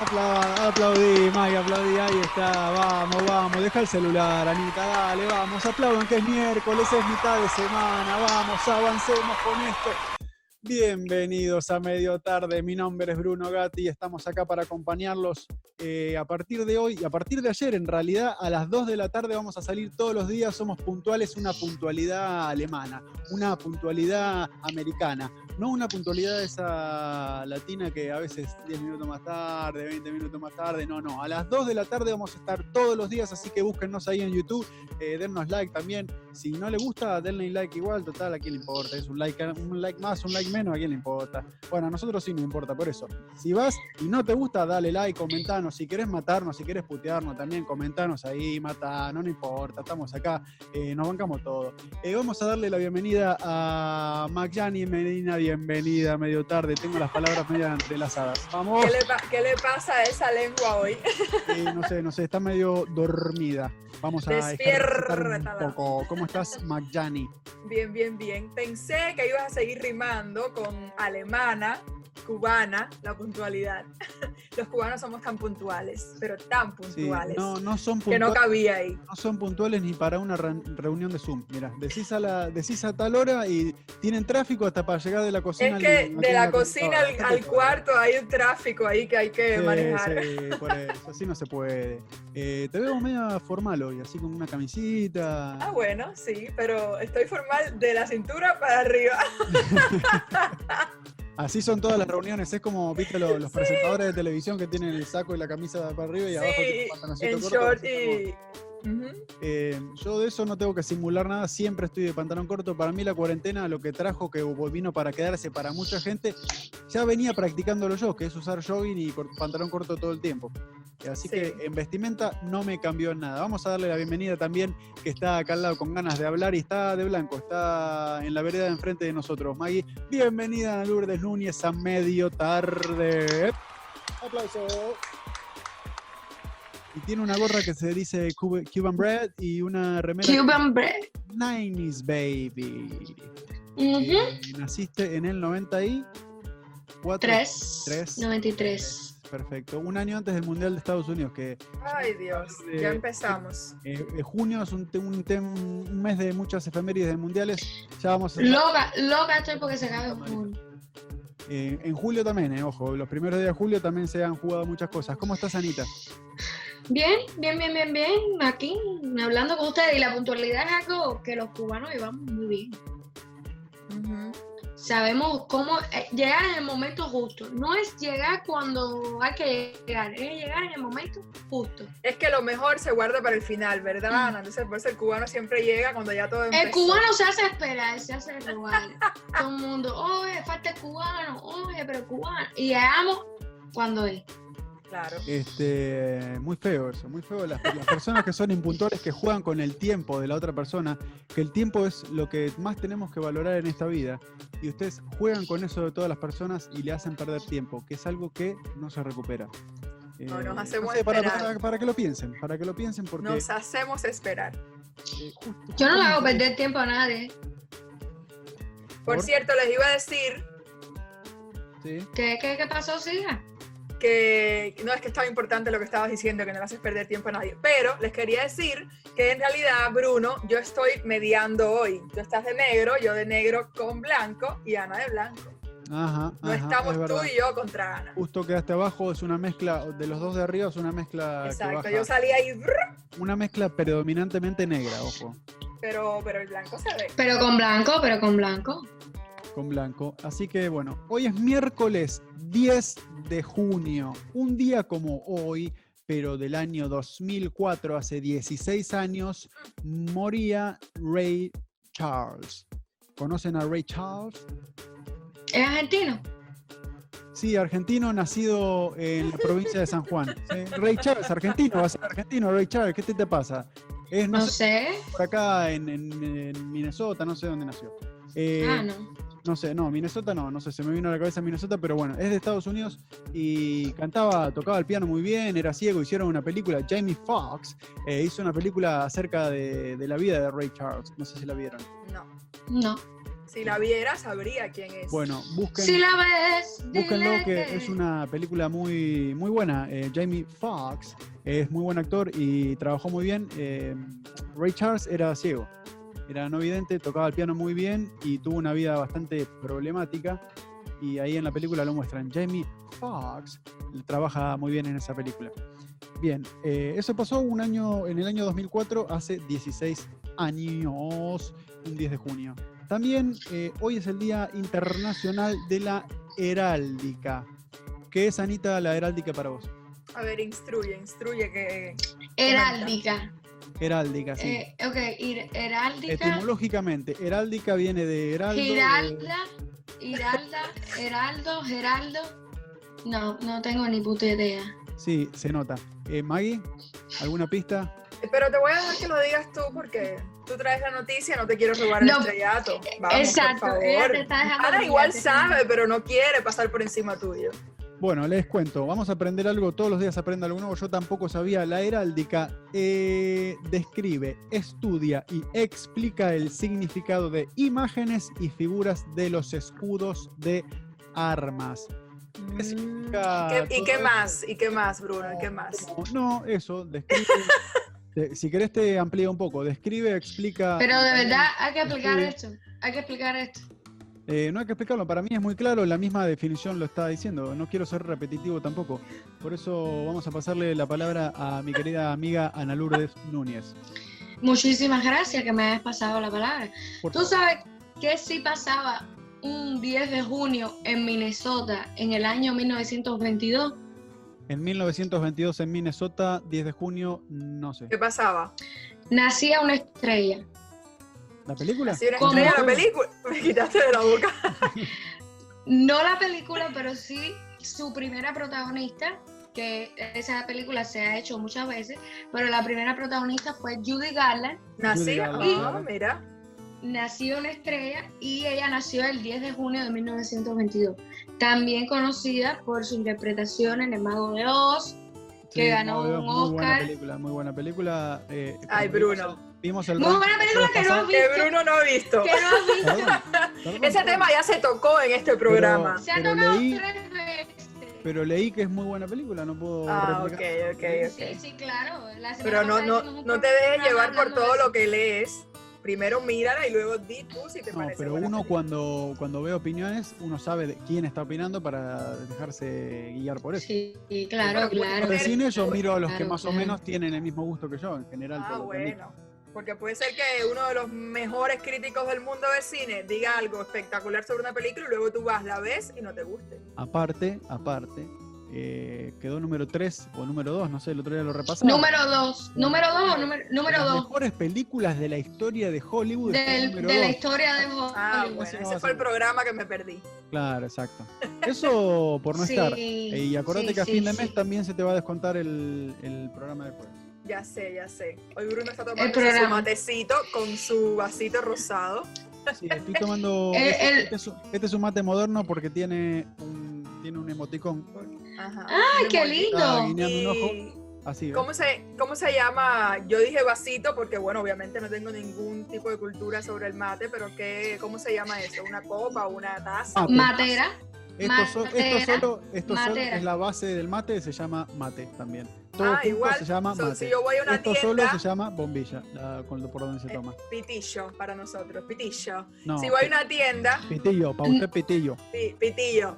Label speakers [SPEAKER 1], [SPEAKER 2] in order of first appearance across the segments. [SPEAKER 1] Apla- Aplaudí, Mike, aplaudí, ahí está, vamos, vamos, deja el celular, Anita, dale, vamos, aplaudan que es miércoles, es mitad de semana, vamos, avancemos con esto. Bienvenidos a Medio Tarde, mi nombre es Bruno Gatti y estamos acá para acompañarlos eh, a partir de hoy y a partir de ayer, en realidad, a las 2 de la tarde vamos a salir todos los días, somos puntuales, una puntualidad alemana, una puntualidad americana, no una puntualidad esa latina que a veces 10 minutos más tarde, 20 minutos más tarde, no, no, a las 2 de la tarde vamos a estar todos los días, así que búsquennos ahí en YouTube, eh, dennos like también, si no le gusta, denle like igual, total, a quién le importa, es un like, un like más, un like menos, a quién le importa. Bueno, a nosotros sí nos importa, por eso, si vas y no te gusta, dale like, comentanos, si querés matarnos, si querés putearnos también, comentanos ahí, mata, no, no importa, estamos acá, eh, nos bancamos todo. Eh, vamos a darle la bienvenida a Magyani Medina, bienvenida, medio tarde, tengo las palabras medio entrelazadas. Vamos,
[SPEAKER 2] ¿Qué le, pa- qué le pasa a esa lengua hoy?
[SPEAKER 1] eh, no sé, no sé, está medio dormida. Vamos a ejercitar
[SPEAKER 2] Despiértala.
[SPEAKER 1] un poco. ¿Cómo estás, Magyani?
[SPEAKER 2] Bien, bien, bien. Pensé que ibas a seguir rimando con alemana, cubana, la puntualidad. Los cubanos somos tan puntuales, pero tan
[SPEAKER 1] Sí,
[SPEAKER 2] puntuales,
[SPEAKER 1] no, no son
[SPEAKER 2] que no
[SPEAKER 1] puntuales.
[SPEAKER 2] cabía ahí.
[SPEAKER 1] no son puntuales ni para una re- reunión de Zoom. Mira, decís a, la, decís a tal hora y tienen tráfico hasta para llegar de la cocina.
[SPEAKER 2] Es
[SPEAKER 1] al-
[SPEAKER 2] que
[SPEAKER 1] al-
[SPEAKER 2] de
[SPEAKER 1] al-
[SPEAKER 2] la cocina al, al cuarto hay un tráfico ahí que hay que
[SPEAKER 1] Sí,
[SPEAKER 2] manejar.
[SPEAKER 1] sí, por eso, así no se puede. Eh, te veo medio formal hoy, así con una camisita.
[SPEAKER 2] Ah, bueno, sí, pero estoy formal de la cintura para arriba.
[SPEAKER 1] Así son todas las reuniones. Es como, viste, lo- los presentadores de televisión que tienen el saco y la camisa para arriba y abajo tienen
[SPEAKER 2] Sí,
[SPEAKER 1] un pantaloncito
[SPEAKER 2] en
[SPEAKER 1] corto,
[SPEAKER 2] short
[SPEAKER 1] así estamos.
[SPEAKER 2] y... Ujú.
[SPEAKER 1] Eh, yo de eso no tengo que simular nada, siempre estoy de pantalón corto. Para mí la cuarentena lo que trajo, que vino para quedarse para mucha gente, ya venía practicándolo yo, que es usar jogging y cor- pantalón corto todo el tiempo. Así
[SPEAKER 2] Sí.
[SPEAKER 1] que en vestimenta no me cambió en nada. Vamos a darle la bienvenida también, que está acá al lado con ganas de hablar y está de blanco, está en la vereda de enfrente de nosotros. Maggie, bienvenida Ana Lourdes Núñez a medio tarde. Aplauso. Y tiene una gorra que se dice Cuba- Cuban Bread y una remera
[SPEAKER 3] Cuban bread.
[SPEAKER 1] 90s Baby.
[SPEAKER 3] Ujú.
[SPEAKER 1] Eh, naciste en el 94.
[SPEAKER 3] Tres.
[SPEAKER 1] Tres.
[SPEAKER 3] 93.
[SPEAKER 1] Perfecto. Un año antes del Mundial de Estados Unidos, que
[SPEAKER 2] Ay, Dios, ya empezamos.
[SPEAKER 1] eh, eh, junio es un, te- un tem- un mes de muchas efemérides de mundiales. Ya vamos a
[SPEAKER 3] Loca, loca estoy porque se acaba en junio.
[SPEAKER 1] Eh, en julio también, eh, ojo, los primeros días de julio también se han jugado muchas cosas. ¿Cómo estás, Anita?
[SPEAKER 3] Bien, bien, bien, bien, bien. Aquí hablando con ustedes. Y la puntualidad es algo que los cubanos llevamos muy bien.
[SPEAKER 2] Ujú.
[SPEAKER 3] Sabemos cómo eh, llegar en el momento justo. No es llegar cuando hay que llegar, es llegar en el momento justo.
[SPEAKER 2] Es que lo mejor se guarda para el final, ¿verdad, Ana? Entonces, por eso el cubano siempre llega cuando ya todo empezó.
[SPEAKER 3] Mm. El cubano se hace esperar, se hace robar. Todo el mundo, oye, falta el cubano, oye, pero el cubano. Y llegamos cuando es.
[SPEAKER 2] Claro.
[SPEAKER 1] Este, muy feo eso, muy feo. Las, las personas que son impuntuales, que juegan con el tiempo de la otra persona, que el tiempo es lo que más tenemos que valorar en esta vida, y ustedes juegan con eso de todas las personas y le hacen perder tiempo, que es algo que no se recupera. Eh,
[SPEAKER 2] No, nos hacemos
[SPEAKER 1] para,
[SPEAKER 2] esperar.
[SPEAKER 1] para- para que lo piensen, para que lo piensen, porque
[SPEAKER 2] Nos hacemos esperar.
[SPEAKER 1] eh, justo-
[SPEAKER 3] Yo no le hago perder tiempo a nadie.
[SPEAKER 2] Por
[SPEAKER 1] ¿Por?
[SPEAKER 2] cierto, les iba a decir
[SPEAKER 1] Sí.
[SPEAKER 3] ¿Qué, qué, qué pasó, Siga?
[SPEAKER 2] que no es que estaba importante lo que estabas diciendo, que no le haces perder tiempo a nadie, pero les quería decir que en realidad, Bruno, yo estoy mediando hoy. Tú estás de negro, yo de negro con blanco y Ana de blanco.
[SPEAKER 1] Ajá,
[SPEAKER 2] No
[SPEAKER 1] ajá,
[SPEAKER 2] estamos
[SPEAKER 1] es
[SPEAKER 2] tú
[SPEAKER 1] verdad.
[SPEAKER 2] y yo contra Ana.
[SPEAKER 1] Justo quedaste abajo, es una mezcla, de los dos de arriba es una mezcla que
[SPEAKER 2] Exacto,
[SPEAKER 1] baja.
[SPEAKER 2] yo salí ahí, brr,
[SPEAKER 1] Una mezcla predominantemente negra, ojo,
[SPEAKER 2] pero, pero el blanco se ve.
[SPEAKER 3] Pero con blanco, pero con blanco.
[SPEAKER 1] con blanco. Así que bueno, hoy es miércoles 10 de junio, un día como hoy, pero del año 2004, hace 16 años, moría Ray Charles. ¿Conocen a Ray Charles?
[SPEAKER 3] ¿Es argentino?
[SPEAKER 1] Sí, argentino, nacido en la provincia de San Juan. Sí, Ray Charles, argentino, va a ser argentino, Ray Charles, ¿qué te, te pasa? Es, no
[SPEAKER 3] No
[SPEAKER 1] sé,
[SPEAKER 3] sé.
[SPEAKER 1] por acá en, en- en Minnesota, no sé dónde nació. Eh,
[SPEAKER 3] Ah, no.
[SPEAKER 1] no sé, no, Minnesota no, no sé, se me vino a la cabeza Minnesota, pero bueno, es de Estados Unidos y cantaba, tocaba el piano muy bien, era ciego, hicieron una película, Jamie Foxx eh, hizo una película acerca de, de la vida de Ray Charles, no sé si la vieron.
[SPEAKER 2] No.
[SPEAKER 3] No.
[SPEAKER 2] Si la viera, sabría quién es.
[SPEAKER 1] Bueno, busquen...
[SPEAKER 3] Si la ves,
[SPEAKER 1] Búsquenlo,
[SPEAKER 3] dile
[SPEAKER 1] que es una película muy, muy buena. Eh, Jamie Foxx es muy buen actor y trabajó muy bien. Eh, Ray Charles era ciego, era no vidente, tocaba el piano muy bien y tuvo una vida bastante problemática. Y ahí en la película lo muestran. Jamie Foxx trabaja muy bien en esa película. Bien, eh, eso pasó un año, en el año 2004, hace 16 años, un 10 de junio. También eh, hoy es el Día Internacional de la Heráldica. ¿Qué es, Anita, la heráldica para vos?
[SPEAKER 2] A ver, instruye, instruye que.
[SPEAKER 3] Heráldica.
[SPEAKER 1] Heráldica, sí.
[SPEAKER 3] Eh, ok, her- heráldica.
[SPEAKER 1] Etimológicamente, heráldica viene de heraldo. eh. de-
[SPEAKER 3] Giralda, Giralda, Heraldo, Geraldo. No, no tengo ni puta idea.
[SPEAKER 1] Sí, se nota. Eh, Maggie, ¿alguna pista?
[SPEAKER 2] Pero te voy a dejar que lo digas tú porque tú traes la noticia, no te quiero robar el
[SPEAKER 3] No.
[SPEAKER 2] estrellato. Vamos,
[SPEAKER 3] Exacto,
[SPEAKER 2] por
[SPEAKER 3] ella te
[SPEAKER 2] favor.
[SPEAKER 3] está dejando.
[SPEAKER 2] Ana igual
[SPEAKER 3] brillante.
[SPEAKER 2] sabe, pero no quiere pasar por encima tuyo.
[SPEAKER 1] Bueno, les cuento, vamos a aprender algo, todos los días aprende algo nuevo, yo tampoco sabía, la heráldica eh, describe, estudia y explica el significado de imágenes y figuras de los escudos de armas. ¿Qué
[SPEAKER 3] Mm.
[SPEAKER 1] significa
[SPEAKER 2] ¿Qué- ¿Y
[SPEAKER 1] todo
[SPEAKER 2] qué
[SPEAKER 1] esto?
[SPEAKER 2] más? ¿Y qué más, Bruno? ¿Y qué más?
[SPEAKER 1] No, eso, describe, te- si querés te amplía un poco, describe, explica...
[SPEAKER 3] Pero de verdad hay que explicar
[SPEAKER 1] Sí.
[SPEAKER 3] esto. Hay que explicar esto.
[SPEAKER 1] Eh, no hay que explicarlo, para mí es muy claro, la misma definición lo está diciendo, no quiero ser repetitivo tampoco. Por eso vamos a pasarle la palabra a mi querida amiga Ana Lourdes Núñez.
[SPEAKER 3] Muchísimas gracias que me hayas pasado la palabra.
[SPEAKER 1] Por
[SPEAKER 3] Tú
[SPEAKER 1] favor.
[SPEAKER 3] sabes que sí pasaba un 10 de junio en Minnesota en el año 1922.
[SPEAKER 1] En 1922 en Minnesota, 10 de junio, no sé.
[SPEAKER 2] ¿Qué pasaba?
[SPEAKER 3] Nacía una estrella.
[SPEAKER 1] ¿La película?
[SPEAKER 2] Si una
[SPEAKER 3] ¿Cómo?
[SPEAKER 2] estrella de la película, me quitaste de la boca.
[SPEAKER 3] No la película, pero sí su primera protagonista, que esa película se ha hecho muchas veces, pero la primera protagonista fue Judy Garland.
[SPEAKER 2] Nací.
[SPEAKER 1] Garland,
[SPEAKER 2] Ah,
[SPEAKER 1] claro.
[SPEAKER 2] mira.
[SPEAKER 3] Nació una estrella y ella nació el 10 de junio de 1922. También conocida por su interpretación en El Mago de Oz. que ganó
[SPEAKER 1] muy-
[SPEAKER 3] un
[SPEAKER 1] Muy buena
[SPEAKER 3] Oscar.
[SPEAKER 1] película, muy buena película. eh,
[SPEAKER 2] Ay,
[SPEAKER 1] cuando
[SPEAKER 2] Bruno.
[SPEAKER 1] Vimos el, vimos el
[SPEAKER 3] Muy
[SPEAKER 1] ranking
[SPEAKER 3] buena
[SPEAKER 1] la
[SPEAKER 3] película
[SPEAKER 1] vez
[SPEAKER 3] que no
[SPEAKER 1] pasada.
[SPEAKER 3] vi.
[SPEAKER 2] Que Bruno no ha visto.
[SPEAKER 3] Que no has visto.
[SPEAKER 1] Perdón, perdón,
[SPEAKER 2] Ese
[SPEAKER 1] perdón.
[SPEAKER 2] tema ya se tocó en este programa.
[SPEAKER 3] Se ha
[SPEAKER 1] Pero
[SPEAKER 3] tocado
[SPEAKER 1] leí-
[SPEAKER 3] tres veces.
[SPEAKER 1] Pero leí que es muy buena película, no puedo
[SPEAKER 2] Ah, ok,
[SPEAKER 1] replicar.
[SPEAKER 2] ok,
[SPEAKER 3] Sí,
[SPEAKER 2] ok.
[SPEAKER 3] sí, claro. la semana
[SPEAKER 2] Pero no,
[SPEAKER 3] pasada
[SPEAKER 2] no,
[SPEAKER 3] hicimos un
[SPEAKER 2] no te
[SPEAKER 3] programa
[SPEAKER 2] dejes llevar por
[SPEAKER 3] hablando
[SPEAKER 2] todo
[SPEAKER 3] de
[SPEAKER 2] lo que lees. Primero mírala y luego di tú si te
[SPEAKER 1] No,
[SPEAKER 2] parece.
[SPEAKER 1] pero
[SPEAKER 2] buena
[SPEAKER 1] uno
[SPEAKER 2] película.
[SPEAKER 1] cuando, cuando ve opiniones, uno sabe de quién está opinando para dejarse guiar por
[SPEAKER 3] eso.
[SPEAKER 1] eso.
[SPEAKER 3] Sí,
[SPEAKER 2] Pero
[SPEAKER 3] claro,
[SPEAKER 2] puede
[SPEAKER 3] claro.
[SPEAKER 1] de cine yo miro a los que
[SPEAKER 3] Claro,
[SPEAKER 1] más o
[SPEAKER 3] claro.
[SPEAKER 1] menos tienen el mismo gusto que yo en general.
[SPEAKER 2] Ah,
[SPEAKER 1] por lo que a mí-
[SPEAKER 2] bueno. Porque puede ser que uno de los mejores críticos del mundo del cine diga algo espectacular sobre una película y luego tú vas, la ves y no te guste.
[SPEAKER 1] Aparte, aparte, eh, quedó número 3 o número 2, no sé, el otro día lo repasamos.
[SPEAKER 3] Número dos. Número dos o número, número
[SPEAKER 1] Las
[SPEAKER 3] dos.
[SPEAKER 1] mejores películas de la historia de Hollywood. está
[SPEAKER 3] Del-
[SPEAKER 1] número
[SPEAKER 3] de la
[SPEAKER 1] dos.
[SPEAKER 3] historia de Hollywood.
[SPEAKER 2] Ah,
[SPEAKER 1] Ese
[SPEAKER 2] bueno,
[SPEAKER 1] no va
[SPEAKER 2] ese
[SPEAKER 1] a
[SPEAKER 2] fue el
[SPEAKER 1] ser.
[SPEAKER 2] programa que me perdí.
[SPEAKER 1] Claro, exacto. Eso por no
[SPEAKER 3] Sí,
[SPEAKER 1] estar. Eh, Y acordate
[SPEAKER 3] sí,
[SPEAKER 1] que a
[SPEAKER 3] sí,
[SPEAKER 1] fin de
[SPEAKER 3] sí.
[SPEAKER 1] mes también se te va a descontar el, el programa de jueves.
[SPEAKER 2] Ya sé, ya sé. Hoy Bruno está
[SPEAKER 3] El
[SPEAKER 2] tomando su
[SPEAKER 3] programa.
[SPEAKER 2] matecito con su vasito rosado.
[SPEAKER 1] Sí, estoy tomando.
[SPEAKER 3] El-
[SPEAKER 1] este,
[SPEAKER 3] el-
[SPEAKER 1] este es, un- este es un mate moderno porque tiene un, tiene un emoticón.
[SPEAKER 2] Ajá.
[SPEAKER 3] ¡Ay,
[SPEAKER 2] Un
[SPEAKER 3] qué
[SPEAKER 2] emoji.
[SPEAKER 3] lindo!
[SPEAKER 1] Está guiñando un ojo.
[SPEAKER 2] Y-
[SPEAKER 1] Así. ¿ves?
[SPEAKER 2] ¿Cómo se, ¿Cómo se llama? Yo dije vasito porque, bueno, obviamente no tengo ningún tipo de cultura sobre el mate, pero ¿qué, ¿cómo se llama eso? ¿Una copa? ¿Una taza?
[SPEAKER 1] Mate.
[SPEAKER 3] Matera.
[SPEAKER 1] Ah, Esto, so- esto
[SPEAKER 3] Matera,
[SPEAKER 1] solo, esto solo
[SPEAKER 3] matera.
[SPEAKER 1] es la base del mate, se llama mate también. Todo
[SPEAKER 2] Ah,
[SPEAKER 1] junto
[SPEAKER 2] igual.
[SPEAKER 1] se llama
[SPEAKER 2] So,
[SPEAKER 1] mate.
[SPEAKER 2] si yo voy a una
[SPEAKER 1] Esto solo
[SPEAKER 2] tienda,
[SPEAKER 1] se llama bombilla, la- con lo- por donde se
[SPEAKER 2] Eh,
[SPEAKER 1] toma.
[SPEAKER 2] pitillo para nosotros, pitillo.
[SPEAKER 1] No,
[SPEAKER 2] si voy a una Mm. tienda,
[SPEAKER 1] pitillo, para usted pitillo.
[SPEAKER 2] pi- pitillo,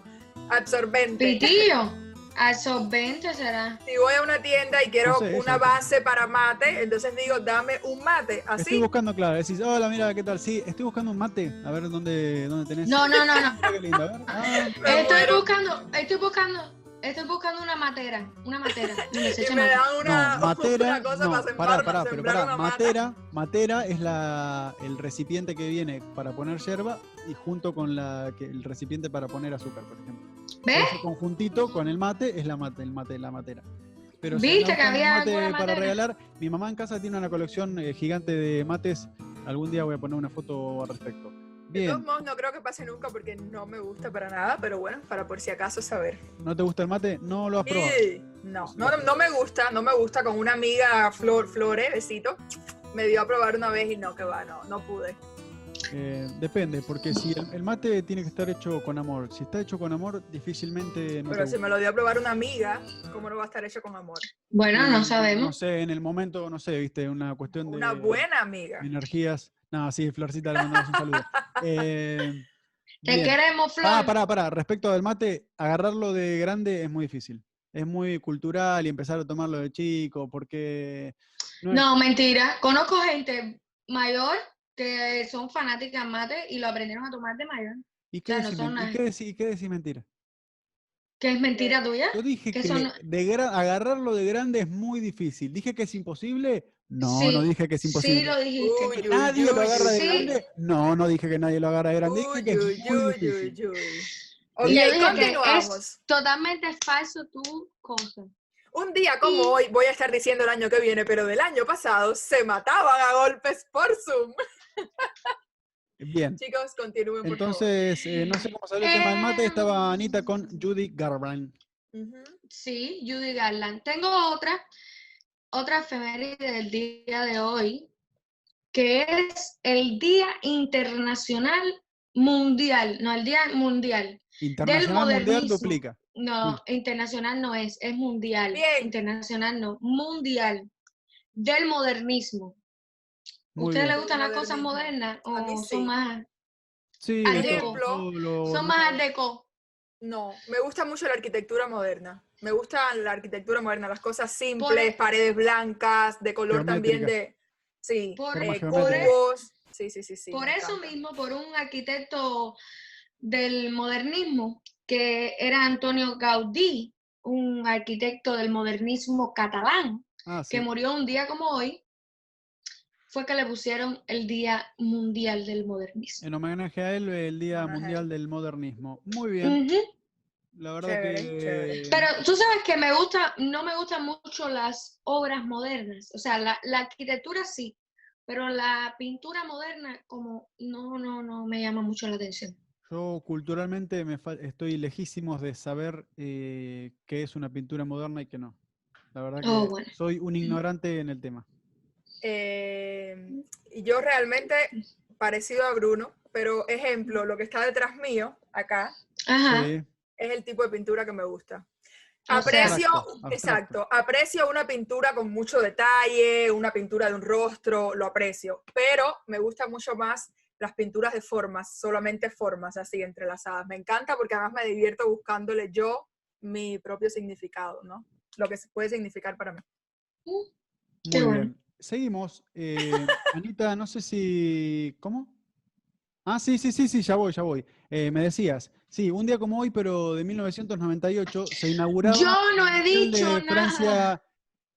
[SPEAKER 2] absorbente.
[SPEAKER 3] Pitillo. Absorbente será.
[SPEAKER 2] si voy a una tienda y quiero
[SPEAKER 1] No sé,
[SPEAKER 2] una
[SPEAKER 1] eso.
[SPEAKER 2] base para mate, entonces digo, dame un mate,
[SPEAKER 1] Estoy
[SPEAKER 2] así.
[SPEAKER 1] buscando, claro, decís, hola, mira, ¿qué tal? Sí, estoy buscando un mate, a ver dónde, dónde tenés.
[SPEAKER 3] No, no, no, no.
[SPEAKER 1] Qué lindo, a ver. Ah,
[SPEAKER 2] Me
[SPEAKER 3] Estoy
[SPEAKER 2] muero.
[SPEAKER 3] buscando, estoy buscando, estoy buscando una matera. Una matera. donde se
[SPEAKER 2] Y
[SPEAKER 3] echa
[SPEAKER 2] me
[SPEAKER 3] mate.
[SPEAKER 2] dan una,
[SPEAKER 1] no, matera,
[SPEAKER 2] una cosa
[SPEAKER 1] no,
[SPEAKER 2] para sembrar,
[SPEAKER 1] pará,
[SPEAKER 2] para
[SPEAKER 1] pará, pero
[SPEAKER 2] sembrar
[SPEAKER 1] pará,
[SPEAKER 2] una mata.
[SPEAKER 1] matera, matera es la, el recipiente que viene para poner yerba y junto con la, que, el recipiente para poner azúcar, por ejemplo.
[SPEAKER 2] ¿Eh?
[SPEAKER 3] ¿Ves?
[SPEAKER 1] Ese conjuntito con el mate es la mate, el mate, la matera. Pero si
[SPEAKER 3] ¿Viste
[SPEAKER 1] andás con
[SPEAKER 3] que
[SPEAKER 1] un
[SPEAKER 3] había
[SPEAKER 1] mate
[SPEAKER 3] alguna
[SPEAKER 1] para
[SPEAKER 3] materia?
[SPEAKER 1] regalar? Mi mamá en casa tiene una colección eh, gigante de mates. Algún día voy a poner una foto al respecto.
[SPEAKER 2] De todos
[SPEAKER 1] Bien.
[SPEAKER 2] modos, no creo que pase nunca porque no me gusta para nada, pero bueno, para por si acaso saber.
[SPEAKER 1] ¿No te gusta el mate? No lo has probado.
[SPEAKER 2] Eh, No, no, no me gusta, no me gusta. Con una amiga, Flor, Flore, besito, me dio a probar una vez y no, que va, no, no pude.
[SPEAKER 1] Eh, depende, porque si el, el mate tiene que estar hecho con amor. Si está hecho con amor, difícilmente no te
[SPEAKER 2] Pero si
[SPEAKER 1] gusta.
[SPEAKER 2] me lo dio a probar una amiga, ¿cómo no va a estar hecho con amor?
[SPEAKER 3] Bueno, no
[SPEAKER 1] No
[SPEAKER 3] sabemos.
[SPEAKER 1] sé, en el momento, no sé, viste, una cuestión de
[SPEAKER 2] Una buena amiga.
[SPEAKER 1] energías. No, sí, Florcita, le mandamos un saludo. Eh,
[SPEAKER 3] Te
[SPEAKER 1] bien.
[SPEAKER 3] queremos, Flor.
[SPEAKER 1] Ah, pará, pará. Respecto del mate, agarrarlo de grande es muy difícil. Es muy cultural y empezar a tomarlo de chico, porque no es-
[SPEAKER 3] No, mentira. Conozco gente mayor que son fanáticas mate y lo aprendieron a tomar de mayor.
[SPEAKER 1] ¿Y qué
[SPEAKER 3] ya no
[SPEAKER 1] decís
[SPEAKER 3] son
[SPEAKER 1] men-
[SPEAKER 3] nada.
[SPEAKER 1] y qué decí- y qué decís mentira?
[SPEAKER 3] ¿Qué es
[SPEAKER 1] Eh,
[SPEAKER 3] mentira tuya?
[SPEAKER 1] Yo dije
[SPEAKER 3] Que
[SPEAKER 1] que,
[SPEAKER 3] son-
[SPEAKER 1] de gra- agarrarlo de grande es muy difícil. ¿Dije que es imposible? No,
[SPEAKER 3] Sí,
[SPEAKER 1] no dije que es imposible.
[SPEAKER 3] Sí, lo dijiste.
[SPEAKER 2] Uy, uy,
[SPEAKER 1] ¿Nadie lo
[SPEAKER 2] uy,
[SPEAKER 1] agarra de
[SPEAKER 3] sí.
[SPEAKER 1] grande? No, no dije que nadie lo agarra de grande. Dije
[SPEAKER 2] Uy,
[SPEAKER 1] que
[SPEAKER 2] uy,
[SPEAKER 1] es muy
[SPEAKER 2] uy,
[SPEAKER 1] difícil.
[SPEAKER 2] uy, uy.
[SPEAKER 3] Y yo
[SPEAKER 2] Ok,
[SPEAKER 3] digo que es-
[SPEAKER 2] continuamos.
[SPEAKER 3] Totalmente falso tu cosa.
[SPEAKER 2] Un día como hoy, voy a estar diciendo el año que viene, pero del año pasado se mataban a golpes por Zoom.
[SPEAKER 1] Bien.
[SPEAKER 2] Chicos, continúen, por
[SPEAKER 1] Entonces, eh, no sé cómo salió el tema del mate.
[SPEAKER 3] Em.
[SPEAKER 1] Estaba Anita con Judy Garland.
[SPEAKER 2] favor. Ujú.
[SPEAKER 3] Sí, Judy Garland. Tengo otra, otra efeméride del día de hoy, que es el Día Internacional Mundial. No, el Día Mundial.
[SPEAKER 1] Internacional Mundial
[SPEAKER 3] modernismo.
[SPEAKER 1] duplica.
[SPEAKER 3] No, internacional no es, es mundial.
[SPEAKER 2] Bien.
[SPEAKER 3] Internacional no, mundial. Del modernismo.
[SPEAKER 1] Muy
[SPEAKER 3] ¿Ustedes
[SPEAKER 1] bien.
[SPEAKER 3] les gustan las
[SPEAKER 2] Del
[SPEAKER 3] cosas
[SPEAKER 2] modernismo.
[SPEAKER 3] modernas o
[SPEAKER 2] A mí sí.
[SPEAKER 3] son más,
[SPEAKER 1] Sí,
[SPEAKER 3] Al
[SPEAKER 1] esto-
[SPEAKER 2] ejemplo,
[SPEAKER 1] todo lo-
[SPEAKER 3] son más art deco?
[SPEAKER 2] No, me gusta mucho la arquitectura moderna. Me gusta la arquitectura moderna, las cosas
[SPEAKER 3] e
[SPEAKER 2] simples, paredes blancas, de color también de... Sí,
[SPEAKER 3] Por- e
[SPEAKER 2] eh,
[SPEAKER 1] Formas geométricas.
[SPEAKER 2] cubos. Sí, sí, sí, sí.
[SPEAKER 3] por
[SPEAKER 2] me
[SPEAKER 3] eso
[SPEAKER 2] encanta.
[SPEAKER 3] mismo, por un arquitecto del modernismo, que era Antonio Gaudí, un arquitecto del modernismo catalán,
[SPEAKER 1] Ah, sí.
[SPEAKER 3] que murió un día como hoy, fue que le pusieron el Día Mundial del Modernismo.
[SPEAKER 1] En homenaje a él, el Día
[SPEAKER 2] Homenaje a él.
[SPEAKER 1] Mundial del Modernismo. Muy bien,
[SPEAKER 3] Ujú.
[SPEAKER 1] la verdad
[SPEAKER 2] Chévere, chévere.
[SPEAKER 1] que...
[SPEAKER 3] Pero tú sabes que me gusta, no me gustan mucho las obras modernas. O sea, la, la arquitectura sí, pero la pintura moderna como no, no, no me llama mucho la atención.
[SPEAKER 1] Yo culturalmente me fal- estoy lejísimos de saber eh, qué es una pintura moderna y qué no. La verdad que
[SPEAKER 3] Oh, bueno.
[SPEAKER 1] soy un ignorante en el tema.
[SPEAKER 2] Eh, y yo realmente parecido a Bruno, pero ejemplo, lo que está detrás mío, acá,
[SPEAKER 3] Ajá.
[SPEAKER 1] Sí,
[SPEAKER 2] es el tipo de pintura que me gusta.
[SPEAKER 3] O sea-
[SPEAKER 2] Aprecio,
[SPEAKER 1] Abstracto, abstracto.
[SPEAKER 2] exacto, aprecio una pintura con mucho detalle, una pintura de un rostro, lo aprecio, pero me gustan mucho más las pinturas de formas, solamente formas así entrelazadas. Me encanta porque además me divierto buscándole yo mi propio significado, ¿no? Lo que puede significar para mí.
[SPEAKER 3] Qué
[SPEAKER 1] muy
[SPEAKER 3] bueno.
[SPEAKER 1] bien. Seguimos. eh, Anita, no sé si... ¿Cómo? Ah, sí, sí, sí, sí, ya voy, ya voy. Eh, me decías, sí, un día como hoy, pero de 1998, se inauguraba...
[SPEAKER 3] Yo no he
[SPEAKER 1] la Mundial
[SPEAKER 3] dicho
[SPEAKER 1] de
[SPEAKER 3] nada.
[SPEAKER 1] Francia,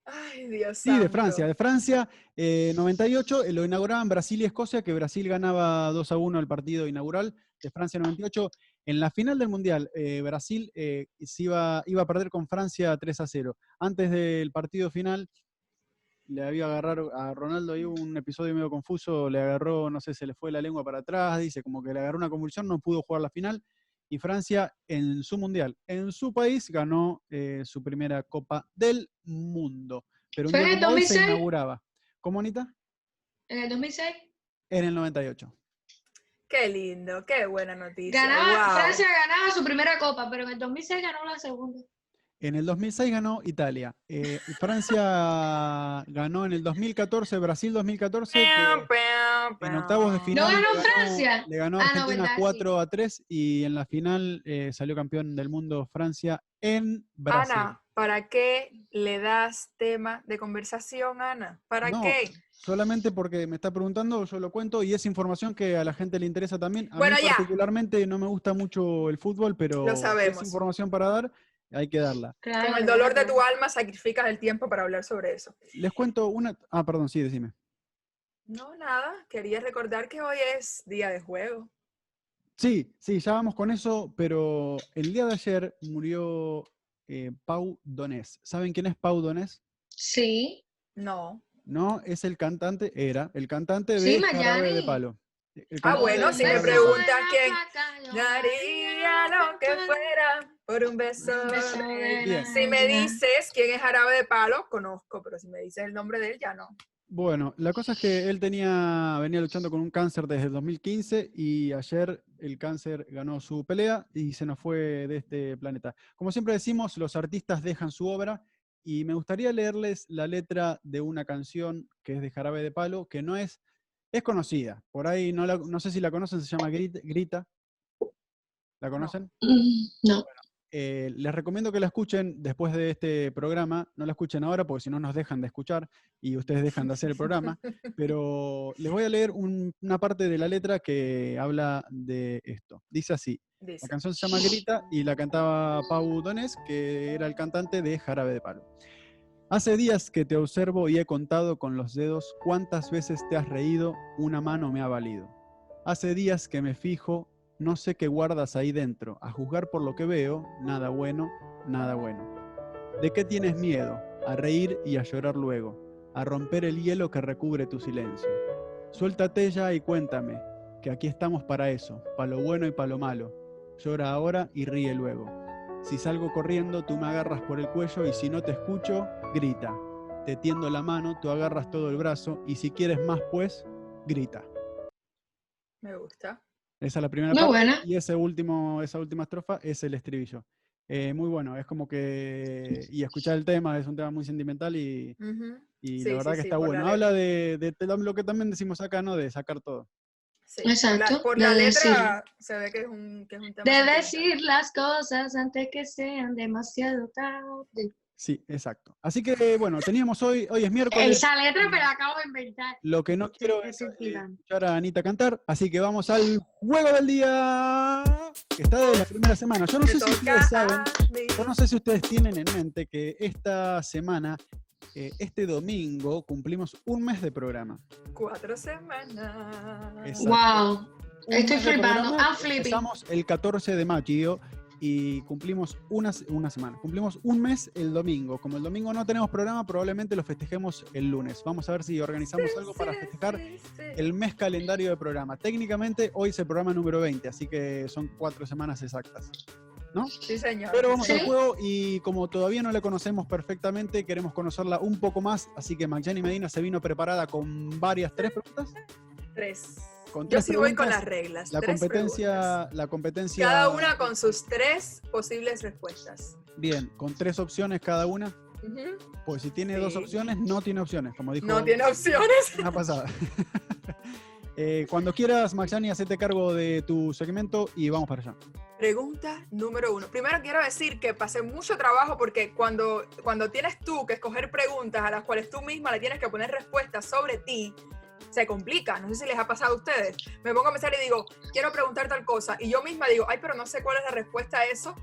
[SPEAKER 2] Ay, Dios
[SPEAKER 1] Sí, de
[SPEAKER 2] santo.
[SPEAKER 1] Francia. De Francia, eh, 98, eh, lo inauguraban Brasil y Escocia, que Brasil ganaba 2 a 1 el partido inaugural de Francia 98. En la final del Mundial, eh, Brasil eh, se iba, iba a perder con Francia 3 a 0. Antes del partido final, le había agarrado a Ronaldo, ahí hubo un episodio medio confuso, le agarró, no sé, se le fue la lengua para atrás, dice, como que le agarró una convulsión, no pudo jugar la final. Y Francia en su mundial, en su país, ganó eh, su primera Copa del Mundo. Pero un
[SPEAKER 3] ¿Fue
[SPEAKER 1] día
[SPEAKER 3] en el
[SPEAKER 1] como hoy se
[SPEAKER 3] 2006?
[SPEAKER 1] inauguraba. ¿Cómo, Anita?
[SPEAKER 3] En el 2006
[SPEAKER 1] En el 98.
[SPEAKER 2] Qué lindo, qué buena noticia.
[SPEAKER 3] ganaba,
[SPEAKER 2] wow.
[SPEAKER 3] Francia ganaba su primera copa, pero en el 2006 ganó la segunda.
[SPEAKER 1] En el 2006 ganó Italia. Eh, y Francia ganó en el 2014, Brasil 2014. que- En octavos de final.
[SPEAKER 3] ganó
[SPEAKER 1] le
[SPEAKER 3] Francia?
[SPEAKER 1] Le ganó
[SPEAKER 3] Ah, no,
[SPEAKER 1] Argentina
[SPEAKER 3] verdad, sí.
[SPEAKER 1] 4 a 3 y en la final eh, salió campeón del mundo Francia en Brasil.
[SPEAKER 2] Ana, ¿para qué le das tema de conversación, Ana? ¿Para
[SPEAKER 1] No,
[SPEAKER 2] qué?
[SPEAKER 1] Solamente porque me está preguntando, yo lo cuento y es información que a la gente le interesa también. A
[SPEAKER 2] Bueno,
[SPEAKER 1] mí
[SPEAKER 2] ya.
[SPEAKER 1] particularmente no me gusta mucho el fútbol, pero
[SPEAKER 2] Lo
[SPEAKER 1] si
[SPEAKER 2] sabemos.
[SPEAKER 1] es información para dar, hay que darla.
[SPEAKER 3] Claro,
[SPEAKER 2] Con el
[SPEAKER 3] claro,
[SPEAKER 2] dolor de
[SPEAKER 3] claro.
[SPEAKER 2] tu alma sacrificas el tiempo para hablar sobre eso.
[SPEAKER 1] Les cuento una... Ah, perdón, sí, decime.
[SPEAKER 2] No, nada, quería recordar que hoy es día de juego.
[SPEAKER 1] Sí, sí, ya vamos con eso, pero el día de ayer murió eh, Pau Donés. ¿Saben quién es Pau Donés?
[SPEAKER 3] Sí.
[SPEAKER 2] No.
[SPEAKER 1] No, es el cantante, era el cantante de
[SPEAKER 3] Sí,
[SPEAKER 1] Jarabe de
[SPEAKER 3] Mayari.
[SPEAKER 1] Palo. El
[SPEAKER 2] Ah,
[SPEAKER 1] cantante
[SPEAKER 2] bueno,
[SPEAKER 1] de
[SPEAKER 2] si
[SPEAKER 1] Maná.
[SPEAKER 2] me preguntan quién
[SPEAKER 3] Daría
[SPEAKER 2] Daría lo que fuera por un beso. de
[SPEAKER 1] Bien.
[SPEAKER 2] él. Si me dices quién es Jarabe de Palo, conozco, pero si me dices el nombre de él, ya no.
[SPEAKER 1] Bueno, la cosa es que él tenía, venía luchando con un cáncer desde el 2015 y ayer el cáncer ganó su pelea y se nos fue de este planeta. Como siempre decimos, los artistas dejan su obra y me gustaría leerles la letra de una canción que es de Jarabe de Palo, que no es, es conocida. Por ahí no, la- no sé si la conocen, se llama Grit- Grita. ¿La conocen?
[SPEAKER 3] Mm, No.
[SPEAKER 1] Eh, les recomiendo que la escuchen después de este programa. No la escuchen ahora porque si no nos dejan de escuchar y ustedes dejan de hacer el programa. Pero les voy a leer un- una parte de la letra que habla de esto. Dice así:
[SPEAKER 2] Dice.
[SPEAKER 1] la canción se llama Grita y la cantaba Pau Donés, que era el cantante de Jarabe de Palo. Hace días que te observo y he contado con los dedos cuántas veces te has reído, una mano me ha valido. Hace días que me fijo, no sé qué guardas ahí dentro, a juzgar por lo que veo, nada bueno, nada bueno. ¿De qué tienes miedo? A reír y a llorar luego, a romper el hielo que recubre tu silencio. Suéltate ya y cuéntame, que aquí estamos para eso, para lo bueno y para lo malo. Llora ahora y ríe luego. Si salgo corriendo, tú me agarras por el cuello y si no te escucho, grita. Te tiendo la mano, tú agarras todo el brazo y si quieres más, pues, grita.
[SPEAKER 2] Me gusta.
[SPEAKER 1] Esa es la primera
[SPEAKER 3] Muy
[SPEAKER 1] parte.
[SPEAKER 3] buena.
[SPEAKER 1] Y ese último, esa última estrofa es el estribillo. Eh, muy bueno, es como que. Y escuchar el tema, es un tema muy sentimental y,
[SPEAKER 2] Ujú.
[SPEAKER 1] y
[SPEAKER 2] Sí,
[SPEAKER 1] la verdad
[SPEAKER 2] sí,
[SPEAKER 1] que
[SPEAKER 2] sí,
[SPEAKER 1] está
[SPEAKER 2] por la
[SPEAKER 1] bueno. Habla de, de- de lo que también decimos acá, ¿no? De sacar todo.
[SPEAKER 2] Sí, Por la,
[SPEAKER 3] Exacto,
[SPEAKER 2] por la
[SPEAKER 3] de
[SPEAKER 2] letra se ve que es un, que es un tema.
[SPEAKER 3] De
[SPEAKER 2] sentimental.
[SPEAKER 3] decir las cosas antes que sean demasiado tarde.
[SPEAKER 1] Sí, exacto. Así que, bueno, teníamos hoy, hoy es miércoles.
[SPEAKER 3] Esa letra me la acabo de inventar.
[SPEAKER 1] Lo que no quiero
[SPEAKER 3] que
[SPEAKER 1] es
[SPEAKER 3] sí,
[SPEAKER 1] eh,
[SPEAKER 3] Dylan.
[SPEAKER 1] escuchar a Anita cantar, así que vamos al juego del día. que Está de la primera semana. Yo no
[SPEAKER 2] Te
[SPEAKER 1] sé si
[SPEAKER 2] toca
[SPEAKER 1] ustedes saben,
[SPEAKER 2] a mí.
[SPEAKER 1] yo no sé si ustedes tienen en mente que esta semana, eh, este domingo, cumplimos un mes de programa.
[SPEAKER 2] Cuatro semanas.
[SPEAKER 1] Exacto.
[SPEAKER 3] Wow.
[SPEAKER 1] Un
[SPEAKER 3] Estoy
[SPEAKER 1] mes de
[SPEAKER 3] flipando.
[SPEAKER 1] programa,
[SPEAKER 3] I'm flipping.
[SPEAKER 1] Empezamos el 14 de mayo y cumplimos una, se- una semana. Cumplimos un mes el domingo. Como el domingo no tenemos programa, probablemente lo festejemos el lunes. Vamos a ver si organizamos algo para
[SPEAKER 2] Sí,
[SPEAKER 1] festejar
[SPEAKER 2] sí, sí.
[SPEAKER 1] el mes calendario de programa. Técnicamente hoy es el programa número 20, así que son cuatro semanas exactas.
[SPEAKER 2] Sí, señor.
[SPEAKER 1] Pero vamos al
[SPEAKER 3] Sí.
[SPEAKER 1] juego y como todavía no la conocemos perfectamente, queremos conocerla un poco más, así que Maggiani Medina se vino preparada con varias tres preguntas.
[SPEAKER 2] Tres.
[SPEAKER 1] Con
[SPEAKER 2] Yo
[SPEAKER 1] tres
[SPEAKER 2] sí voy con
[SPEAKER 1] preguntas,
[SPEAKER 2] las reglas.
[SPEAKER 1] La
[SPEAKER 2] tres preguntas.
[SPEAKER 1] competencia, la competencia.
[SPEAKER 2] Cada una con sus tres posibles respuestas.
[SPEAKER 1] Bien, con tres opciones cada una.
[SPEAKER 2] Ujú.
[SPEAKER 1] Pues si tiene dos
[SPEAKER 2] Sí.
[SPEAKER 1] opciones, no tiene opciones, como dijo
[SPEAKER 2] No tiene opciones.
[SPEAKER 1] una pasada. Eh, cuando quieras, Maggiani, hacete cargo de tu segmento y vamos para allá.
[SPEAKER 2] Pregunta número uno. Primero quiero decir que pasé mucho trabajo porque cuando, cuando tienes tú que escoger preguntas a las cuales tú misma le tienes que poner respuestas sobre ti, se complica. No sé si les ha pasado a ustedes. Me pongo a pensar y digo, quiero preguntar tal cosa. Y yo misma digo, ay, pero no sé cuál es la respuesta a eso.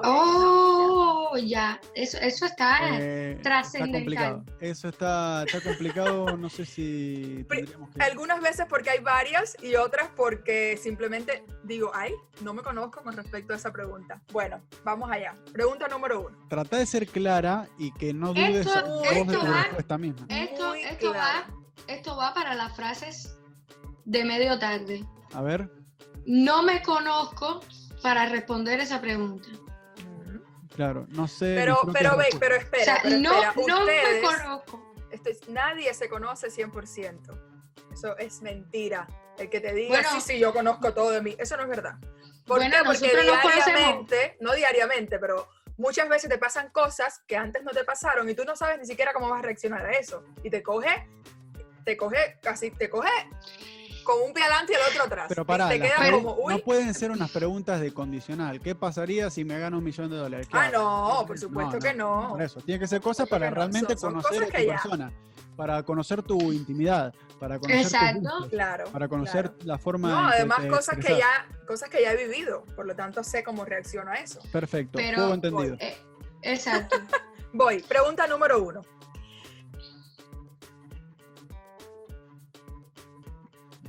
[SPEAKER 3] Oh, ya. Eso, eso está.
[SPEAKER 1] Eh, está
[SPEAKER 3] trascendental.
[SPEAKER 1] complicado. Eso está, está complicado. No sé si
[SPEAKER 2] Pri-
[SPEAKER 1] tendríamos que.
[SPEAKER 2] Algunas veces porque hay varias y otras porque simplemente digo, ay, no me conozco con respecto a esa pregunta. Bueno, vamos allá. Pregunta número uno.
[SPEAKER 1] Trata de ser clara y que no dudes
[SPEAKER 3] Esto-
[SPEAKER 1] vos de
[SPEAKER 2] esto
[SPEAKER 1] tu
[SPEAKER 2] va-
[SPEAKER 1] respuesta misma.
[SPEAKER 3] Esto-
[SPEAKER 2] Muy
[SPEAKER 3] esto
[SPEAKER 2] clara.
[SPEAKER 3] Esto va para las frases de medio tarde.
[SPEAKER 1] A ver,
[SPEAKER 3] No me conozco para responder esa pregunta.
[SPEAKER 2] Ujú.
[SPEAKER 1] claro, no sé.
[SPEAKER 2] Pero,
[SPEAKER 1] mis propias
[SPEAKER 2] pero, ve,
[SPEAKER 1] respuestas.
[SPEAKER 2] pero
[SPEAKER 3] O sea,
[SPEAKER 2] espera, pero
[SPEAKER 3] no,
[SPEAKER 2] espera.
[SPEAKER 3] no me
[SPEAKER 2] Ustedes-
[SPEAKER 3] conozco.
[SPEAKER 2] Estoy- nadie se conoce 100%. Eso es mentira. El que te diga,
[SPEAKER 3] Bueno.
[SPEAKER 2] sí, sí, yo conozco todo de mí. Eso no es verdad. ¿Por
[SPEAKER 3] Bueno,
[SPEAKER 2] qué? Porque
[SPEAKER 3] nosotros nos conocemos.
[SPEAKER 2] diariamente, no diariamente, pero muchas veces te pasan cosas que antes no te pasaron y tú no sabes ni siquiera cómo vas a reaccionar a eso. Y te coge, te coge, casi te coge con un pie adelante y el otro atrás.
[SPEAKER 1] Pero pará,
[SPEAKER 2] te
[SPEAKER 1] las
[SPEAKER 2] queda
[SPEAKER 1] pregun-
[SPEAKER 2] como, uy,
[SPEAKER 1] no pueden ser unas preguntas de condicional. ¿Qué pasaría si me gano un millón de dólares? ¿Qué
[SPEAKER 2] ah,
[SPEAKER 1] hago?
[SPEAKER 2] no, por supuesto que no.
[SPEAKER 1] Por eso, tiene que ser cosas para
[SPEAKER 2] no,
[SPEAKER 1] realmente
[SPEAKER 2] son- son
[SPEAKER 1] conocer a
[SPEAKER 2] cosas
[SPEAKER 1] tu
[SPEAKER 2] que ya-
[SPEAKER 1] persona, para conocer tu intimidad, para conocer tus
[SPEAKER 3] Exacto.
[SPEAKER 1] gustos,
[SPEAKER 2] Claro.
[SPEAKER 1] para conocer
[SPEAKER 2] claro.
[SPEAKER 1] la forma
[SPEAKER 2] No,
[SPEAKER 1] en que
[SPEAKER 2] además
[SPEAKER 1] te
[SPEAKER 2] cosas que,
[SPEAKER 1] expresás.
[SPEAKER 2] ya, cosas que ya he vivido, por lo tanto sé cómo reacciono a eso.
[SPEAKER 1] Perfecto,
[SPEAKER 3] Pero-
[SPEAKER 1] todo entendido.
[SPEAKER 3] Eh, exacto.
[SPEAKER 2] Voy, pregunta número uno.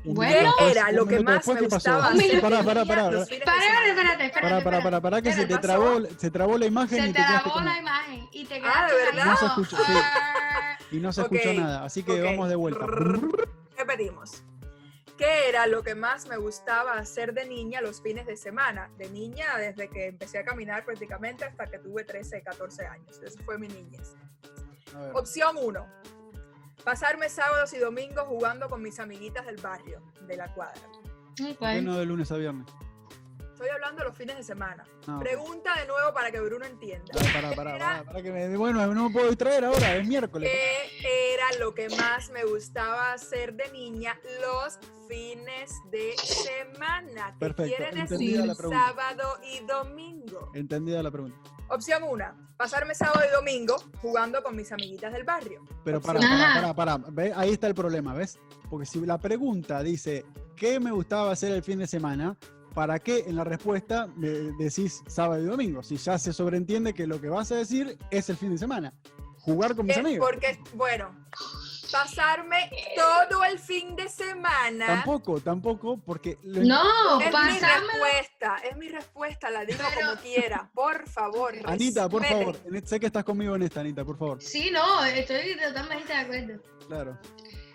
[SPEAKER 1] Un
[SPEAKER 3] Bueno.
[SPEAKER 1] minuto
[SPEAKER 2] ¿Qué
[SPEAKER 1] después-
[SPEAKER 2] era
[SPEAKER 1] pues, un
[SPEAKER 2] lo que
[SPEAKER 1] minuto
[SPEAKER 2] más
[SPEAKER 1] después,
[SPEAKER 2] me
[SPEAKER 1] ¿qué pasó?
[SPEAKER 2] gustaba
[SPEAKER 3] Un minuto.
[SPEAKER 1] Pará, pará, pará.
[SPEAKER 2] Los fines de
[SPEAKER 3] Pará,
[SPEAKER 2] semana.
[SPEAKER 3] espérate, espérate,
[SPEAKER 1] Pará,
[SPEAKER 3] espérate,
[SPEAKER 1] pará,
[SPEAKER 3] espérate.
[SPEAKER 1] pará, pará, que
[SPEAKER 2] ¿Qué
[SPEAKER 1] se
[SPEAKER 2] le
[SPEAKER 1] te
[SPEAKER 2] pasó?
[SPEAKER 1] trabó, se trabó la imagen
[SPEAKER 3] Se
[SPEAKER 1] y
[SPEAKER 3] te
[SPEAKER 1] te quedaste
[SPEAKER 3] trabó
[SPEAKER 1] como-
[SPEAKER 3] la imagen y te
[SPEAKER 2] Ah,
[SPEAKER 3] quedaste
[SPEAKER 2] ¿de verdad?
[SPEAKER 1] No se escuchó, sí.
[SPEAKER 3] Ah.
[SPEAKER 1] y no se
[SPEAKER 2] Ok,
[SPEAKER 1] escuchó nada, así que
[SPEAKER 2] Ok,
[SPEAKER 1] vamos de vuelta.
[SPEAKER 2] rrr, Repetimos. ¿Qué era lo que más me gustaba hacer de niña los fines de semana? De niña, desde que empecé a caminar prácticamente hasta que tuve 13, 14 años. Eso fue mi niñez.
[SPEAKER 1] A ver.
[SPEAKER 2] Opción 1. Pasarme sábados y domingos jugando con mis amiguitas del barrio, de la cuadra.
[SPEAKER 3] Ok.
[SPEAKER 1] ¿Por qué no de lunes a viernes?
[SPEAKER 2] Estoy hablando de los fines de semana.
[SPEAKER 1] No,
[SPEAKER 2] Pregunta de nuevo para que Bruno entienda.
[SPEAKER 1] pará, pará, pará, pará, pará que me- bueno, no me puedo distraer ahora, es miércoles.
[SPEAKER 2] Eh, ¿Qué era lo que más me gustaba hacer de niña los fines de semana? ¿Qué
[SPEAKER 1] Perfecto,
[SPEAKER 2] quiere
[SPEAKER 1] entendida
[SPEAKER 2] decir
[SPEAKER 1] la pregunta.
[SPEAKER 2] sábado y domingo?
[SPEAKER 1] Entendida la pregunta.
[SPEAKER 2] Opción 1, pasarme sábado y domingo jugando con mis amiguitas del barrio.
[SPEAKER 1] Pero pará,
[SPEAKER 3] Ajá.
[SPEAKER 1] pará, pará, pará. ¿Ve? Ahí está el problema, ¿ves? Porque si la pregunta dice, ¿qué me gustaba hacer el fin de semana? ¿Para qué? En la respuesta me decís sábado y domingo. Si ya se sobreentiende que lo que vas a decir es el fin de semana. Jugar con mis
[SPEAKER 2] Es
[SPEAKER 1] amigos.
[SPEAKER 2] ¿Eh? porque, bueno, pasarme todo el fin de semana.
[SPEAKER 1] Tampoco, tampoco, porque... lo-
[SPEAKER 3] No,
[SPEAKER 2] Es mi
[SPEAKER 3] pasame.
[SPEAKER 2] respuesta, es mi respuesta, la digo
[SPEAKER 3] Pero-
[SPEAKER 2] como quiera, por favor.
[SPEAKER 1] Anita, por
[SPEAKER 2] respeten.
[SPEAKER 1] favor. en- Sé que estás conmigo en esta, Anita, por favor.
[SPEAKER 3] Sí, no, estoy totalmente de acuerdo.
[SPEAKER 1] Claro.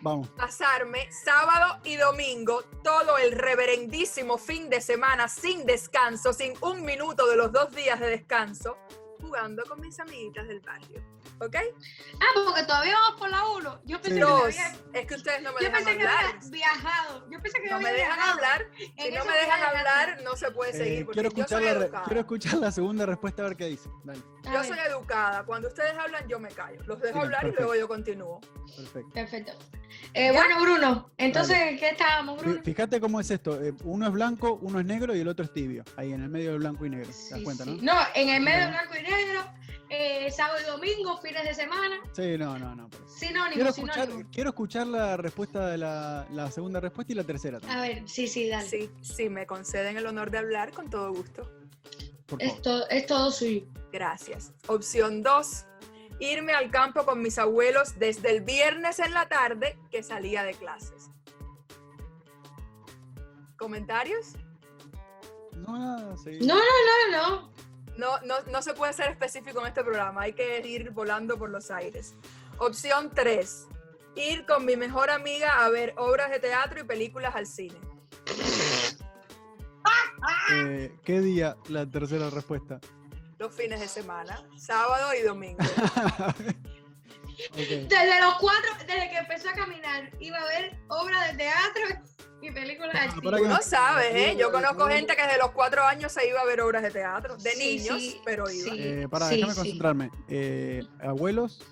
[SPEAKER 1] Vamos.
[SPEAKER 2] pasarme sábado y domingo todo el reverendísimo fin de semana sin descanso, sin un minuto de los dos días de descanso, jugando con mis amiguitas del barrio. ¿Ok?
[SPEAKER 3] Ah, porque todavía vamos por la 1. Yo pensé
[SPEAKER 1] Sí.
[SPEAKER 3] que me
[SPEAKER 2] Dos.
[SPEAKER 3] había-
[SPEAKER 2] Es que ustedes no me
[SPEAKER 3] yo
[SPEAKER 2] dejan
[SPEAKER 3] pensé que había
[SPEAKER 2] hablar.
[SPEAKER 3] viajado. Yo pensé que
[SPEAKER 2] No
[SPEAKER 3] había
[SPEAKER 2] me dejan
[SPEAKER 3] viajado.
[SPEAKER 2] hablar.
[SPEAKER 3] En
[SPEAKER 2] Si no
[SPEAKER 3] eso
[SPEAKER 2] me
[SPEAKER 3] voy
[SPEAKER 2] dejan
[SPEAKER 3] adelante.
[SPEAKER 2] hablar, no se puede seguir.
[SPEAKER 1] Eh,
[SPEAKER 2] porque
[SPEAKER 1] quiero,
[SPEAKER 2] yo
[SPEAKER 1] escuchar
[SPEAKER 2] soy
[SPEAKER 1] la, re-
[SPEAKER 2] educada.
[SPEAKER 1] quiero escuchar la segunda respuesta a ver qué dice. Dale,
[SPEAKER 3] A
[SPEAKER 2] Yo
[SPEAKER 3] ver,
[SPEAKER 2] soy educada. Cuando ustedes hablan, yo me callo. Los dejo
[SPEAKER 1] Bien,
[SPEAKER 2] hablar y
[SPEAKER 1] perfecto.
[SPEAKER 2] luego yo continúo.
[SPEAKER 1] perfecto.
[SPEAKER 3] Perfecto. Eh, bueno, Bruno, entonces, ¿qué estábamos, Bruno?
[SPEAKER 1] Fí- Fíjate cómo es esto. eh, uno es blanco, uno es negro y el otro es tibio. Ahí en el medio del blanco y negro. ¿Te das
[SPEAKER 3] Sí,
[SPEAKER 1] cuenta,
[SPEAKER 3] sí.
[SPEAKER 1] no?
[SPEAKER 3] en el medio
[SPEAKER 1] Bien.
[SPEAKER 3] blanco y negro, eh, sábado y domingo, fines de semana,
[SPEAKER 1] Sí, no, no, no. por eso. Quiero
[SPEAKER 3] sinónimo,
[SPEAKER 1] escuchar,
[SPEAKER 3] sinónimo.
[SPEAKER 1] quiero escuchar la respuesta de la, la segunda respuesta y la tercera
[SPEAKER 3] A
[SPEAKER 1] también.
[SPEAKER 3] ver, sí, sí, dale.
[SPEAKER 2] Sí, sí, me conceden el honor de hablar con todo gusto.
[SPEAKER 1] Por
[SPEAKER 3] Es,
[SPEAKER 1] favor.
[SPEAKER 3] to- es todo suyo.
[SPEAKER 2] Gracias. Opción 2. Irme al campo con mis abuelos desde el viernes en la tarde que salía de clases. ¿Comentarios?
[SPEAKER 1] No, nada, sí.
[SPEAKER 3] No, no, no, no.
[SPEAKER 2] No, no, no se puede ser específico en este programa, hay que ir volando por los aires. Opción 3. Ir con mi mejor amiga a ver obras de teatro y películas al cine.
[SPEAKER 1] Eh, ¿Qué día la tercera respuesta?
[SPEAKER 2] Los fines de semana, sábado y domingo.
[SPEAKER 1] Ok.
[SPEAKER 3] Desde los cuatro, desde que empezó a caminar, iba a ver obras de teatro y películas al
[SPEAKER 1] pará
[SPEAKER 3] cine.
[SPEAKER 1] que-
[SPEAKER 2] No sabes, ¿eh? Yo
[SPEAKER 1] Sí,
[SPEAKER 2] conozco
[SPEAKER 1] sí.
[SPEAKER 2] gente que desde los cuatro años se iba a ver obras de teatro, de
[SPEAKER 3] Sí,
[SPEAKER 2] niños,
[SPEAKER 3] sí,
[SPEAKER 2] pero iba.
[SPEAKER 3] sí.
[SPEAKER 1] Eh, pará,
[SPEAKER 3] Sí,
[SPEAKER 1] déjame
[SPEAKER 3] sí.
[SPEAKER 1] concentrarme. Eh, ¿Abuelos?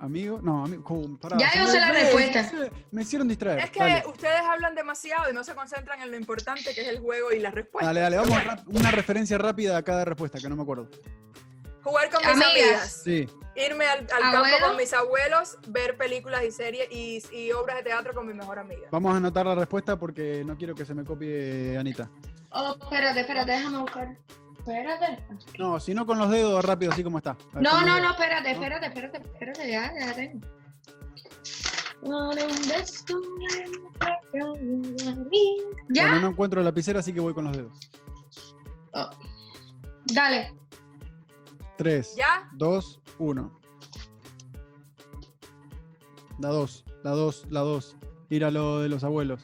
[SPEAKER 1] ¿Amigos? No, amigos. Pará,
[SPEAKER 3] Ya
[SPEAKER 1] se
[SPEAKER 3] yo
[SPEAKER 1] me-
[SPEAKER 3] sé la
[SPEAKER 1] me-
[SPEAKER 3] respuesta.
[SPEAKER 1] me- Me hicieron distraer.
[SPEAKER 2] Es que
[SPEAKER 1] Dale.
[SPEAKER 2] ustedes hablan demasiado y no se concentran en lo importante que es el juego y la respuesta.
[SPEAKER 1] Dale, dale, vamos rap- una referencia rápida a cada respuesta, que no me acuerdo.
[SPEAKER 2] Jugar con mis
[SPEAKER 3] Amigas.
[SPEAKER 2] amigas,
[SPEAKER 1] Sí,
[SPEAKER 2] irme al, al campo
[SPEAKER 3] Abuelo.
[SPEAKER 2] con mis abuelos, ver películas y series y, y obras de teatro con mi mejor amiga.
[SPEAKER 1] vamos a anotar la respuesta porque no quiero que se me copie Anita.
[SPEAKER 3] Oh, espérate, espérate, déjame buscar. Espérate.
[SPEAKER 1] No, si no con los dedos rápido, así como está. A ver,
[SPEAKER 3] No,
[SPEAKER 1] con los
[SPEAKER 3] no,
[SPEAKER 1] dedos.
[SPEAKER 3] no, espérate, espérate, espérate, espérate, ya, ya tengo.
[SPEAKER 1] Bueno,
[SPEAKER 3] ¿Ya?
[SPEAKER 1] no encuentro la lapicera, así que voy con los dedos.
[SPEAKER 3] Dale.
[SPEAKER 1] Tres,
[SPEAKER 2] ¿Ya?
[SPEAKER 1] dos, uno. La dos, la dos, la dos. Ir a lo de los abuelos.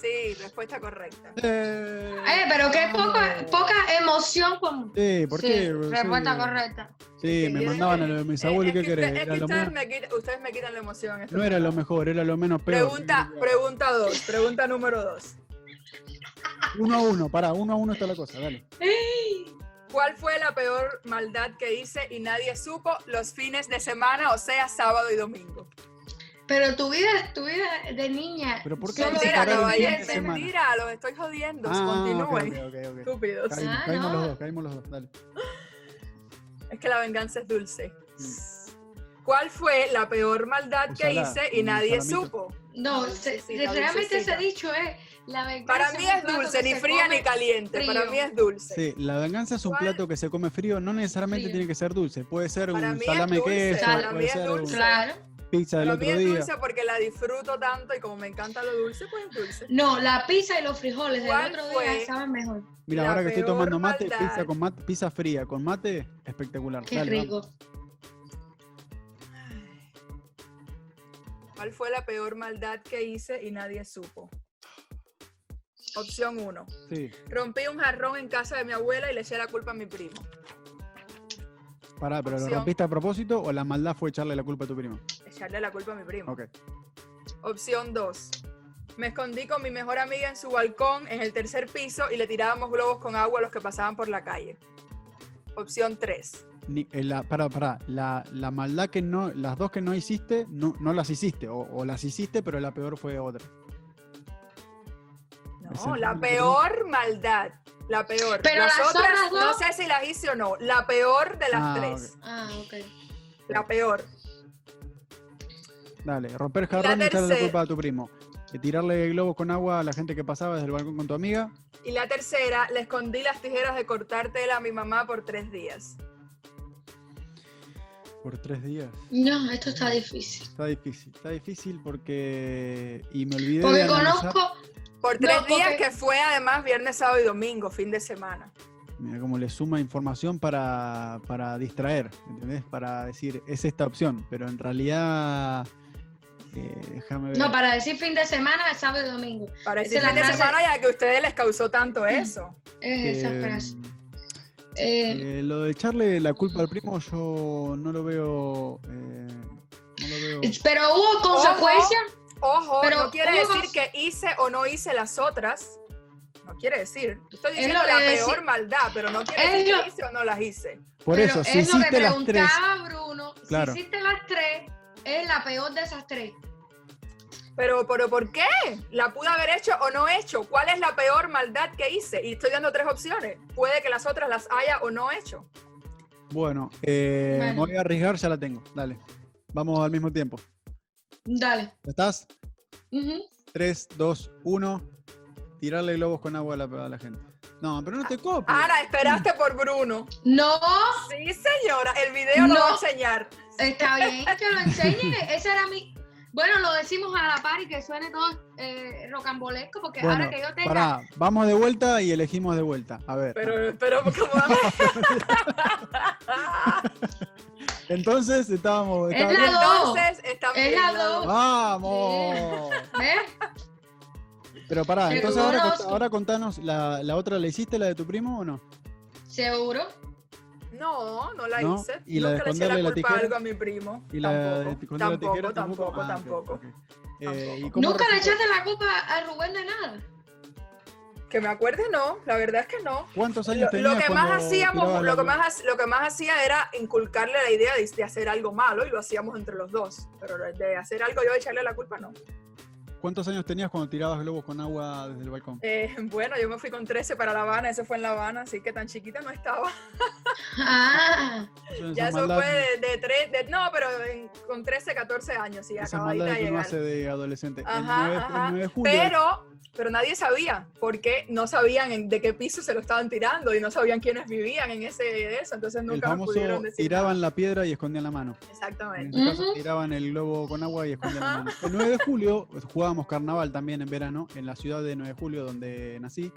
[SPEAKER 2] Sí, respuesta correcta.
[SPEAKER 1] Eh,
[SPEAKER 3] Eh, pero qué poca,
[SPEAKER 1] no.
[SPEAKER 3] poca emoción con...
[SPEAKER 1] Sí, ¿por
[SPEAKER 3] Sí,
[SPEAKER 1] qué?
[SPEAKER 3] Respuesta
[SPEAKER 1] Sí,
[SPEAKER 3] correcta.
[SPEAKER 1] Sí, me
[SPEAKER 2] Eh,
[SPEAKER 1] mandaban a lo de mis abuelos,
[SPEAKER 2] Eh,
[SPEAKER 1] ¿qué
[SPEAKER 2] es que, usted-
[SPEAKER 1] querés?
[SPEAKER 2] es
[SPEAKER 1] Era
[SPEAKER 2] que
[SPEAKER 1] lo
[SPEAKER 2] ustedes,
[SPEAKER 1] menos-
[SPEAKER 2] me quitan, ustedes me quitan la emoción. en este
[SPEAKER 1] no era lo
[SPEAKER 2] programa.
[SPEAKER 1] mejor, era lo menos peor.
[SPEAKER 2] Pregunta, pregunta dos, pregunta número dos.
[SPEAKER 1] Uno a uno, pará, uno a uno está la cosa, dale.
[SPEAKER 2] ¿Cuál fue la peor maldad que hice y nadie supo los fines de semana, o sea, sábado y domingo?
[SPEAKER 3] Pero tu vida, tu vida de niña...
[SPEAKER 1] Pero ¿por qué
[SPEAKER 3] solo
[SPEAKER 1] hablas
[SPEAKER 3] era
[SPEAKER 1] separar
[SPEAKER 2] Mentira,
[SPEAKER 1] el fin de
[SPEAKER 2] caballero,
[SPEAKER 1] semana. Ah,
[SPEAKER 2] mentira, los estoy jodiendo.
[SPEAKER 1] ok,
[SPEAKER 2] Continúen,
[SPEAKER 1] ok, ok, ok.
[SPEAKER 2] estúpidos.
[SPEAKER 1] Caímos,
[SPEAKER 3] Ah,
[SPEAKER 1] caímos
[SPEAKER 3] no.
[SPEAKER 1] los dos, caímos los dos, dale.
[SPEAKER 2] Es que la venganza es dulce.
[SPEAKER 1] Mm.
[SPEAKER 2] ¿Cuál fue la peor maldad que
[SPEAKER 1] Ojalá,
[SPEAKER 2] hice y
[SPEAKER 1] mm,
[SPEAKER 2] nadie
[SPEAKER 1] salamito.
[SPEAKER 2] supo?
[SPEAKER 3] No,
[SPEAKER 2] Sí,
[SPEAKER 3] se-
[SPEAKER 2] sí, la
[SPEAKER 3] realmente ese
[SPEAKER 2] dulcecita.
[SPEAKER 3] dicho es... La venganza
[SPEAKER 2] Para mí
[SPEAKER 3] un
[SPEAKER 2] es
[SPEAKER 3] plato
[SPEAKER 2] dulce,
[SPEAKER 3] que
[SPEAKER 2] ni
[SPEAKER 3] se
[SPEAKER 2] fría
[SPEAKER 3] come
[SPEAKER 2] ni caliente.
[SPEAKER 3] frío.
[SPEAKER 2] Para mí es dulce.
[SPEAKER 1] Sí, la venganza es un
[SPEAKER 2] ¿Cuál?
[SPEAKER 1] plato que se come frío, no necesariamente
[SPEAKER 3] Frío.
[SPEAKER 1] tiene que ser dulce. Puede ser
[SPEAKER 2] Para
[SPEAKER 1] un
[SPEAKER 2] mí es
[SPEAKER 1] salame
[SPEAKER 2] dulce,
[SPEAKER 1] queso,
[SPEAKER 3] para
[SPEAKER 1] puede
[SPEAKER 2] mí es
[SPEAKER 1] ser un
[SPEAKER 2] dulce.
[SPEAKER 3] Claro.
[SPEAKER 1] pizza del
[SPEAKER 2] Para mí
[SPEAKER 1] otro
[SPEAKER 2] es
[SPEAKER 1] día.
[SPEAKER 2] dulce porque la disfruto tanto y como me encanta lo dulce, pues es dulce.
[SPEAKER 3] No, la pizza y los frijoles del
[SPEAKER 2] ¿Cuál
[SPEAKER 3] otro
[SPEAKER 2] fue?
[SPEAKER 3] día saben mejor.
[SPEAKER 1] Mira,
[SPEAKER 2] la
[SPEAKER 1] ahora que estoy
[SPEAKER 2] peor
[SPEAKER 1] tomando mate,
[SPEAKER 2] maldad.
[SPEAKER 1] pizza con mate, pizza fría con mate, espectacular.
[SPEAKER 3] Qué
[SPEAKER 1] dale, vamos.
[SPEAKER 3] rico.
[SPEAKER 2] ¿Cuál fue la peor maldad que hice y nadie supo? Opción 1.
[SPEAKER 1] Sí,
[SPEAKER 2] Rompí un jarrón en casa de mi abuela y le eché la culpa a mi primo.
[SPEAKER 1] pará, pero ¿lo
[SPEAKER 2] Opción.
[SPEAKER 1] rompiste a propósito o la maldad fue echarle la culpa a tu primo?
[SPEAKER 2] Echarle la culpa a mi primo.
[SPEAKER 1] Ok.
[SPEAKER 2] Opción 2. Me escondí con mi mejor amiga en su balcón en el tercer piso y le tirábamos globos con agua a los que pasaban por la calle. Opción 3.
[SPEAKER 1] Ni- eh, la, pará, pará. La, la maldad que no, las dos que no hiciste, no, no las hiciste. O, o las hiciste, pero la peor fue otra. Esa
[SPEAKER 2] No,
[SPEAKER 1] es
[SPEAKER 2] la
[SPEAKER 1] la
[SPEAKER 2] peor maldad. La peor.
[SPEAKER 3] Pero
[SPEAKER 2] las
[SPEAKER 3] las
[SPEAKER 2] otras,
[SPEAKER 3] otras dos-
[SPEAKER 2] no sé si las hice o no. La peor de las
[SPEAKER 1] Ah,
[SPEAKER 2] tres.
[SPEAKER 3] Ah, ok.
[SPEAKER 2] La peor.
[SPEAKER 1] Dale, romper jarrón y echarle la
[SPEAKER 2] tercera.
[SPEAKER 1] culpa a tu primo. Eh, tirarle globos con agua a la gente que pasaba desde el balcón con tu amiga.
[SPEAKER 2] Y la tercera, le escondí las tijeras de cortar tela a mi mamá por tres días.
[SPEAKER 1] Por tres días.
[SPEAKER 3] No, esto está difícil.
[SPEAKER 1] Está difícil. Está difícil porque. Y me olvidé
[SPEAKER 3] Porque
[SPEAKER 1] de analizar-
[SPEAKER 3] conozco,
[SPEAKER 2] Por
[SPEAKER 3] No,
[SPEAKER 2] tres días
[SPEAKER 3] porque-
[SPEAKER 2] que fue además viernes, sábado y domingo, fin de semana.
[SPEAKER 1] Mira cómo le suma información para, para distraer, ¿entendés? Para decir, es esta opción, pero en realidad, eh, déjame ver.
[SPEAKER 3] no, para decir fin de semana, sábado y domingo.
[SPEAKER 2] Para
[SPEAKER 3] Esa
[SPEAKER 2] decir
[SPEAKER 3] es la
[SPEAKER 2] fin de
[SPEAKER 3] frase-
[SPEAKER 2] semana ya que a ustedes les causó tanto eso.
[SPEAKER 3] Es esa
[SPEAKER 1] Eh,
[SPEAKER 3] frase. Eh,
[SPEAKER 1] eh, lo de echarle la culpa al primo, yo no lo veo. eh, no lo veo.
[SPEAKER 3] pero hubo consecuencias.
[SPEAKER 2] Ojo,
[SPEAKER 3] Pero
[SPEAKER 2] no quiere
[SPEAKER 3] hubo
[SPEAKER 2] decir
[SPEAKER 3] cons-
[SPEAKER 2] que hice o no hice las otras. No quiere decir. Estoy
[SPEAKER 3] Es
[SPEAKER 2] diciendo
[SPEAKER 3] lo que
[SPEAKER 2] la
[SPEAKER 3] decí-
[SPEAKER 2] peor maldad, pero no quiere
[SPEAKER 3] Es
[SPEAKER 2] decir
[SPEAKER 3] lo-
[SPEAKER 2] que hice o no las hice.
[SPEAKER 1] Por
[SPEAKER 3] pero
[SPEAKER 1] eso, si
[SPEAKER 3] es lo que
[SPEAKER 1] hiciste las tres.
[SPEAKER 3] preguntaba Bruno.
[SPEAKER 1] Claro.
[SPEAKER 3] Si hiciste las tres, es la peor de esas tres.
[SPEAKER 2] Pero, pero ¿por qué? ¿La pude haber hecho o no hecho? ¿Cuál es la peor maldad que hice? Y estoy dando tres opciones. Puede que las otras las haya o no hecho.
[SPEAKER 1] Bueno, eh, me
[SPEAKER 3] Bueno.
[SPEAKER 1] voy a arriesgar, ya la tengo. Dale. Vamos al mismo tiempo.
[SPEAKER 3] Dale.
[SPEAKER 1] ¿Ya estás?
[SPEAKER 3] Ujú.
[SPEAKER 1] 3, 2, 1. Tirarle globos con agua a la, a la gente. No, pero no te copies.
[SPEAKER 2] Ahora, esperaste por Bruno.
[SPEAKER 3] No,
[SPEAKER 2] Sí, señora, el video lo
[SPEAKER 3] No.
[SPEAKER 2] va a enseñar.
[SPEAKER 3] está bien que lo enseñe. Esa era mi. Bueno, lo decimos a la par y que suene todo eh, rocambolesco, porque ahora
[SPEAKER 1] Bueno,
[SPEAKER 3] que yo tenga.
[SPEAKER 1] pará, vamos de vuelta y elegimos de vuelta. A ver.
[SPEAKER 2] Pero, pero, como...
[SPEAKER 1] Entonces estábamos.
[SPEAKER 3] Es
[SPEAKER 1] estábamos-
[SPEAKER 3] la dos.
[SPEAKER 2] Entonces, está
[SPEAKER 3] Es
[SPEAKER 2] bien,
[SPEAKER 3] la
[SPEAKER 2] la
[SPEAKER 3] dos.
[SPEAKER 2] dos.
[SPEAKER 1] ¡Vamos!
[SPEAKER 3] ¿Ves?
[SPEAKER 1] Pero pará,
[SPEAKER 3] Seguro.
[SPEAKER 1] entonces ahora, cont- ahora contanos, la, la otra la hiciste, la de tu primo o no?
[SPEAKER 3] Seguro.
[SPEAKER 2] No, no la
[SPEAKER 1] ¿No?
[SPEAKER 2] hice.
[SPEAKER 1] ¿Y la de
[SPEAKER 2] Nunca le eché
[SPEAKER 1] esconderle la
[SPEAKER 2] la culpa a
[SPEAKER 1] tijera?
[SPEAKER 2] algo a mi primo.
[SPEAKER 1] Y la de
[SPEAKER 2] tampoco,
[SPEAKER 1] con la
[SPEAKER 2] tampoco,
[SPEAKER 1] tijera
[SPEAKER 2] tampoco,
[SPEAKER 1] Ah, ok,
[SPEAKER 2] tampoco.
[SPEAKER 1] ok. Eh, ¿y
[SPEAKER 2] Tampoco.
[SPEAKER 1] cómo
[SPEAKER 3] Nunca le
[SPEAKER 1] resultó?
[SPEAKER 3] echaste la culpa a Rubén de nada.
[SPEAKER 2] Que me acuerde, no. La verdad es que no.
[SPEAKER 1] ¿Cuántos años
[SPEAKER 2] Lo,
[SPEAKER 1] tenías
[SPEAKER 2] lo que
[SPEAKER 1] cuando
[SPEAKER 2] más hacíamos,
[SPEAKER 1] tirabas la-
[SPEAKER 2] lo que más, ha- lo que más hacía era inculcarle la idea de, de hacer algo malo y lo hacíamos entre los dos. Pero de hacer algo yo echarle la culpa, no.
[SPEAKER 1] ¿Cuántos años tenías cuando tirabas globos con agua desde el balcón?
[SPEAKER 2] Eh, bueno, yo me fui con 13 para La Habana, eso fue en La Habana, así que tan chiquita no estaba.
[SPEAKER 3] Ah,
[SPEAKER 1] Pues Son
[SPEAKER 2] Ya
[SPEAKER 1] esas
[SPEAKER 2] eso fue
[SPEAKER 1] maldades-
[SPEAKER 2] de, de tres- de- no, pero en- con 13, 14 años, sí,
[SPEAKER 1] Esas
[SPEAKER 2] acabadita
[SPEAKER 1] maldades
[SPEAKER 2] de
[SPEAKER 1] que uno
[SPEAKER 2] llegar.
[SPEAKER 1] hace de adolescente. El
[SPEAKER 2] Ajá,
[SPEAKER 1] 9 el
[SPEAKER 2] ajá.
[SPEAKER 1] 9 de julio.
[SPEAKER 2] Pero, pero nadie sabía, porque no sabían en- de qué piso se lo estaban tirando y no sabían quiénes vivían en ese de eso, entonces
[SPEAKER 1] El
[SPEAKER 2] nunca nos
[SPEAKER 1] famoso
[SPEAKER 2] pudieron decir.
[SPEAKER 1] tiraban la piedra y escondían la mano.
[SPEAKER 2] nada.
[SPEAKER 1] En
[SPEAKER 2] Exactamente.
[SPEAKER 1] este caso
[SPEAKER 3] Ujú.
[SPEAKER 1] tiraban el globo con agua y escondían la
[SPEAKER 2] Ajá.
[SPEAKER 1] mano. El 9 de julio pues, jugábamos carnaval también en verano en la ciudad de 9 de julio donde nací.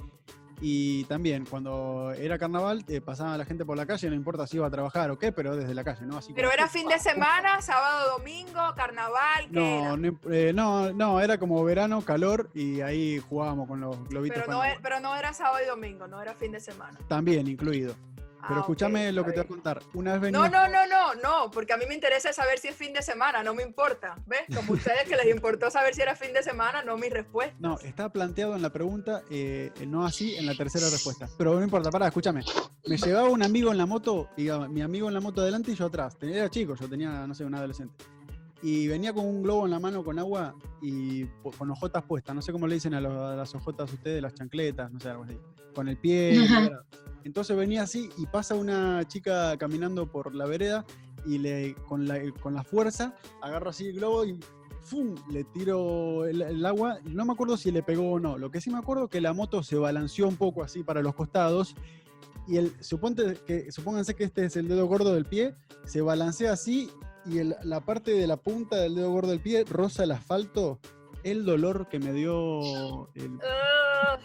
[SPEAKER 1] Y también cuando era carnaval eh, pasaba la gente por la calle, no importa si iba a trabajar o qué, pero desde la calle, ¿no? Así
[SPEAKER 2] Pero
[SPEAKER 1] como,
[SPEAKER 2] era
[SPEAKER 1] ¡pum!
[SPEAKER 2] fin de semana, sábado, domingo, carnaval, ¿qué
[SPEAKER 1] No,
[SPEAKER 2] era?
[SPEAKER 1] no, imp- eh, no, no, era como verano, calor y ahí jugábamos con los globitos.
[SPEAKER 2] Pero
[SPEAKER 1] con
[SPEAKER 2] no, e-,
[SPEAKER 1] agua.
[SPEAKER 2] era, pero no era sábado y domingo, no era fin de semana.
[SPEAKER 1] También incluido. Pero
[SPEAKER 2] Ah,
[SPEAKER 1] escúchame
[SPEAKER 2] ok,
[SPEAKER 1] lo que te
[SPEAKER 2] está
[SPEAKER 1] voy a
[SPEAKER 2] bien.
[SPEAKER 1] contar. Una vez venía
[SPEAKER 2] No, no, no, no, no, porque a mí me interesa saber si es fin de semana, no me importa. ¿Ves? Como ustedes que les importó saber si era fin de semana, no mi respuesta.
[SPEAKER 1] No, está planteado en la pregunta, eh, no así en la tercera respuesta. Pero no importa, pará, escúchame. Me llevaba un amigo en la moto, y a- mi amigo en la moto adelante y yo atrás. Tenía- Era chico, yo tenía, no sé, un adolescente. Y venía con un globo en la mano con agua y po- con ojotas puestas. No sé cómo le dicen a, los- a las ojotas ustedes, las chancletas, no sé, algo así. Con el pie.
[SPEAKER 3] Ajá.
[SPEAKER 1] era- Entonces venía así y pasa una chica caminando por la vereda y le, con, la, con la fuerza agarro así el globo y ¡fum! le tiro el, el agua. No me acuerdo si le pegó o no. Lo que sí me acuerdo es que la moto se balanceó un poco así para los costados. Y el, suponte que, supónganse que este es el dedo gordo del pie, se balancea así y el- la parte de la punta del dedo gordo del pie roza el asfalto. El dolor que me dio el-
[SPEAKER 2] Ah,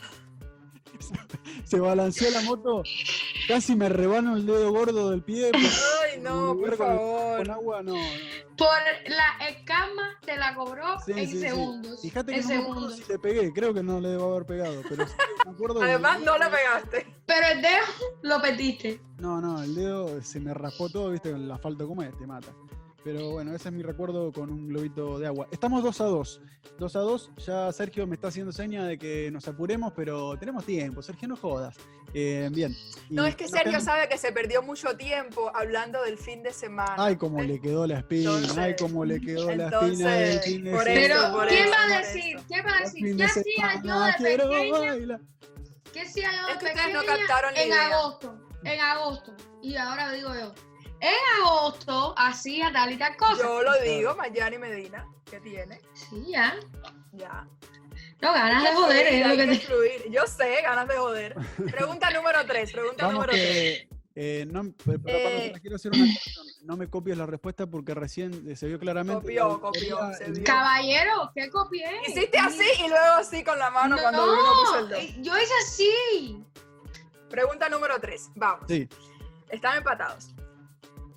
[SPEAKER 1] se balanceó la moto Casi me rebano el dedo gordo del pie. pues,
[SPEAKER 2] Ay, no, por
[SPEAKER 1] lugar con- Con
[SPEAKER 2] favor.
[SPEAKER 1] agua no. no.
[SPEAKER 3] Por la escama te la cobró
[SPEAKER 1] Sí,
[SPEAKER 3] en
[SPEAKER 1] sí, sí.
[SPEAKER 3] segundos.
[SPEAKER 1] Fíjate que
[SPEAKER 3] en
[SPEAKER 1] no me acuerdo
[SPEAKER 3] segundos.
[SPEAKER 1] si le pegué, creo que no le debo haber pegado, pero sí me acuerdo que-
[SPEAKER 2] Además, no la pegaste.
[SPEAKER 3] Pero el dedo lo perdiste.
[SPEAKER 1] No, no, el dedo se me raspó todo, viste, con el asfalto como es, te mata. Pero bueno, ese es mi recuerdo con un globito de agua. Estamos 2 a 2. 2 a 2, ya Sergio me está haciendo seña de que nos apuremos, pero tenemos tiempo, Sergio, no jodas. Eh, bien. Y
[SPEAKER 2] No, es que
[SPEAKER 1] nos
[SPEAKER 2] Sergio
[SPEAKER 1] quedan-
[SPEAKER 2] sabe que se perdió mucho tiempo hablando del fin de semana.
[SPEAKER 1] Ay, cómo le quedó la espina,
[SPEAKER 2] Entonces-
[SPEAKER 1] ay, cómo le quedó la
[SPEAKER 2] entonces,
[SPEAKER 1] espina del fin de
[SPEAKER 2] por eso, ah,
[SPEAKER 1] semana.
[SPEAKER 3] Pero,
[SPEAKER 2] por
[SPEAKER 3] ¿quién
[SPEAKER 2] eso,
[SPEAKER 3] va
[SPEAKER 2] por
[SPEAKER 3] a decir?
[SPEAKER 2] eso.
[SPEAKER 3] ¿Quién va a
[SPEAKER 1] El fin
[SPEAKER 3] decir?
[SPEAKER 1] de
[SPEAKER 3] ¿Qué hacía yo
[SPEAKER 1] semana,
[SPEAKER 3] de
[SPEAKER 1] quiero
[SPEAKER 3] pequeña?
[SPEAKER 1] bailar.
[SPEAKER 3] ¿Qué hacía yo de
[SPEAKER 2] Es que ustedes no
[SPEAKER 3] pequeña?
[SPEAKER 2] captaron la
[SPEAKER 3] en
[SPEAKER 2] idea.
[SPEAKER 3] agosto. En agosto. Y ahora digo yo. En agosto hacía tal y tal cosa.
[SPEAKER 2] Yo lo digo, Mayani Medina, que tiene.
[SPEAKER 3] Sí, ya.
[SPEAKER 2] Ya.
[SPEAKER 3] No ganas de joder,
[SPEAKER 2] Hay
[SPEAKER 3] es lo que
[SPEAKER 2] que
[SPEAKER 3] te...
[SPEAKER 2] fluir. Yo sé, ganas de joder. Pregunta número tres, pregunta
[SPEAKER 1] Vamos
[SPEAKER 2] número tres.
[SPEAKER 1] que. eh, no, pero para-
[SPEAKER 2] Eh.
[SPEAKER 1] para- quiero hacer una cosa, no me copies la respuesta porque recién eh, se vio claramente.
[SPEAKER 2] Copió,
[SPEAKER 1] la
[SPEAKER 2] copió,
[SPEAKER 1] autoría
[SPEAKER 2] se
[SPEAKER 1] en-
[SPEAKER 2] vio.
[SPEAKER 3] Caballero, ¿qué copié?
[SPEAKER 2] Hiciste así y luego así con la mano cuando uno puso el
[SPEAKER 3] No,
[SPEAKER 2] dos.
[SPEAKER 3] eh, yo hice así.
[SPEAKER 2] Pregunta número tres, vamos.
[SPEAKER 1] Sí,
[SPEAKER 2] Están empatados.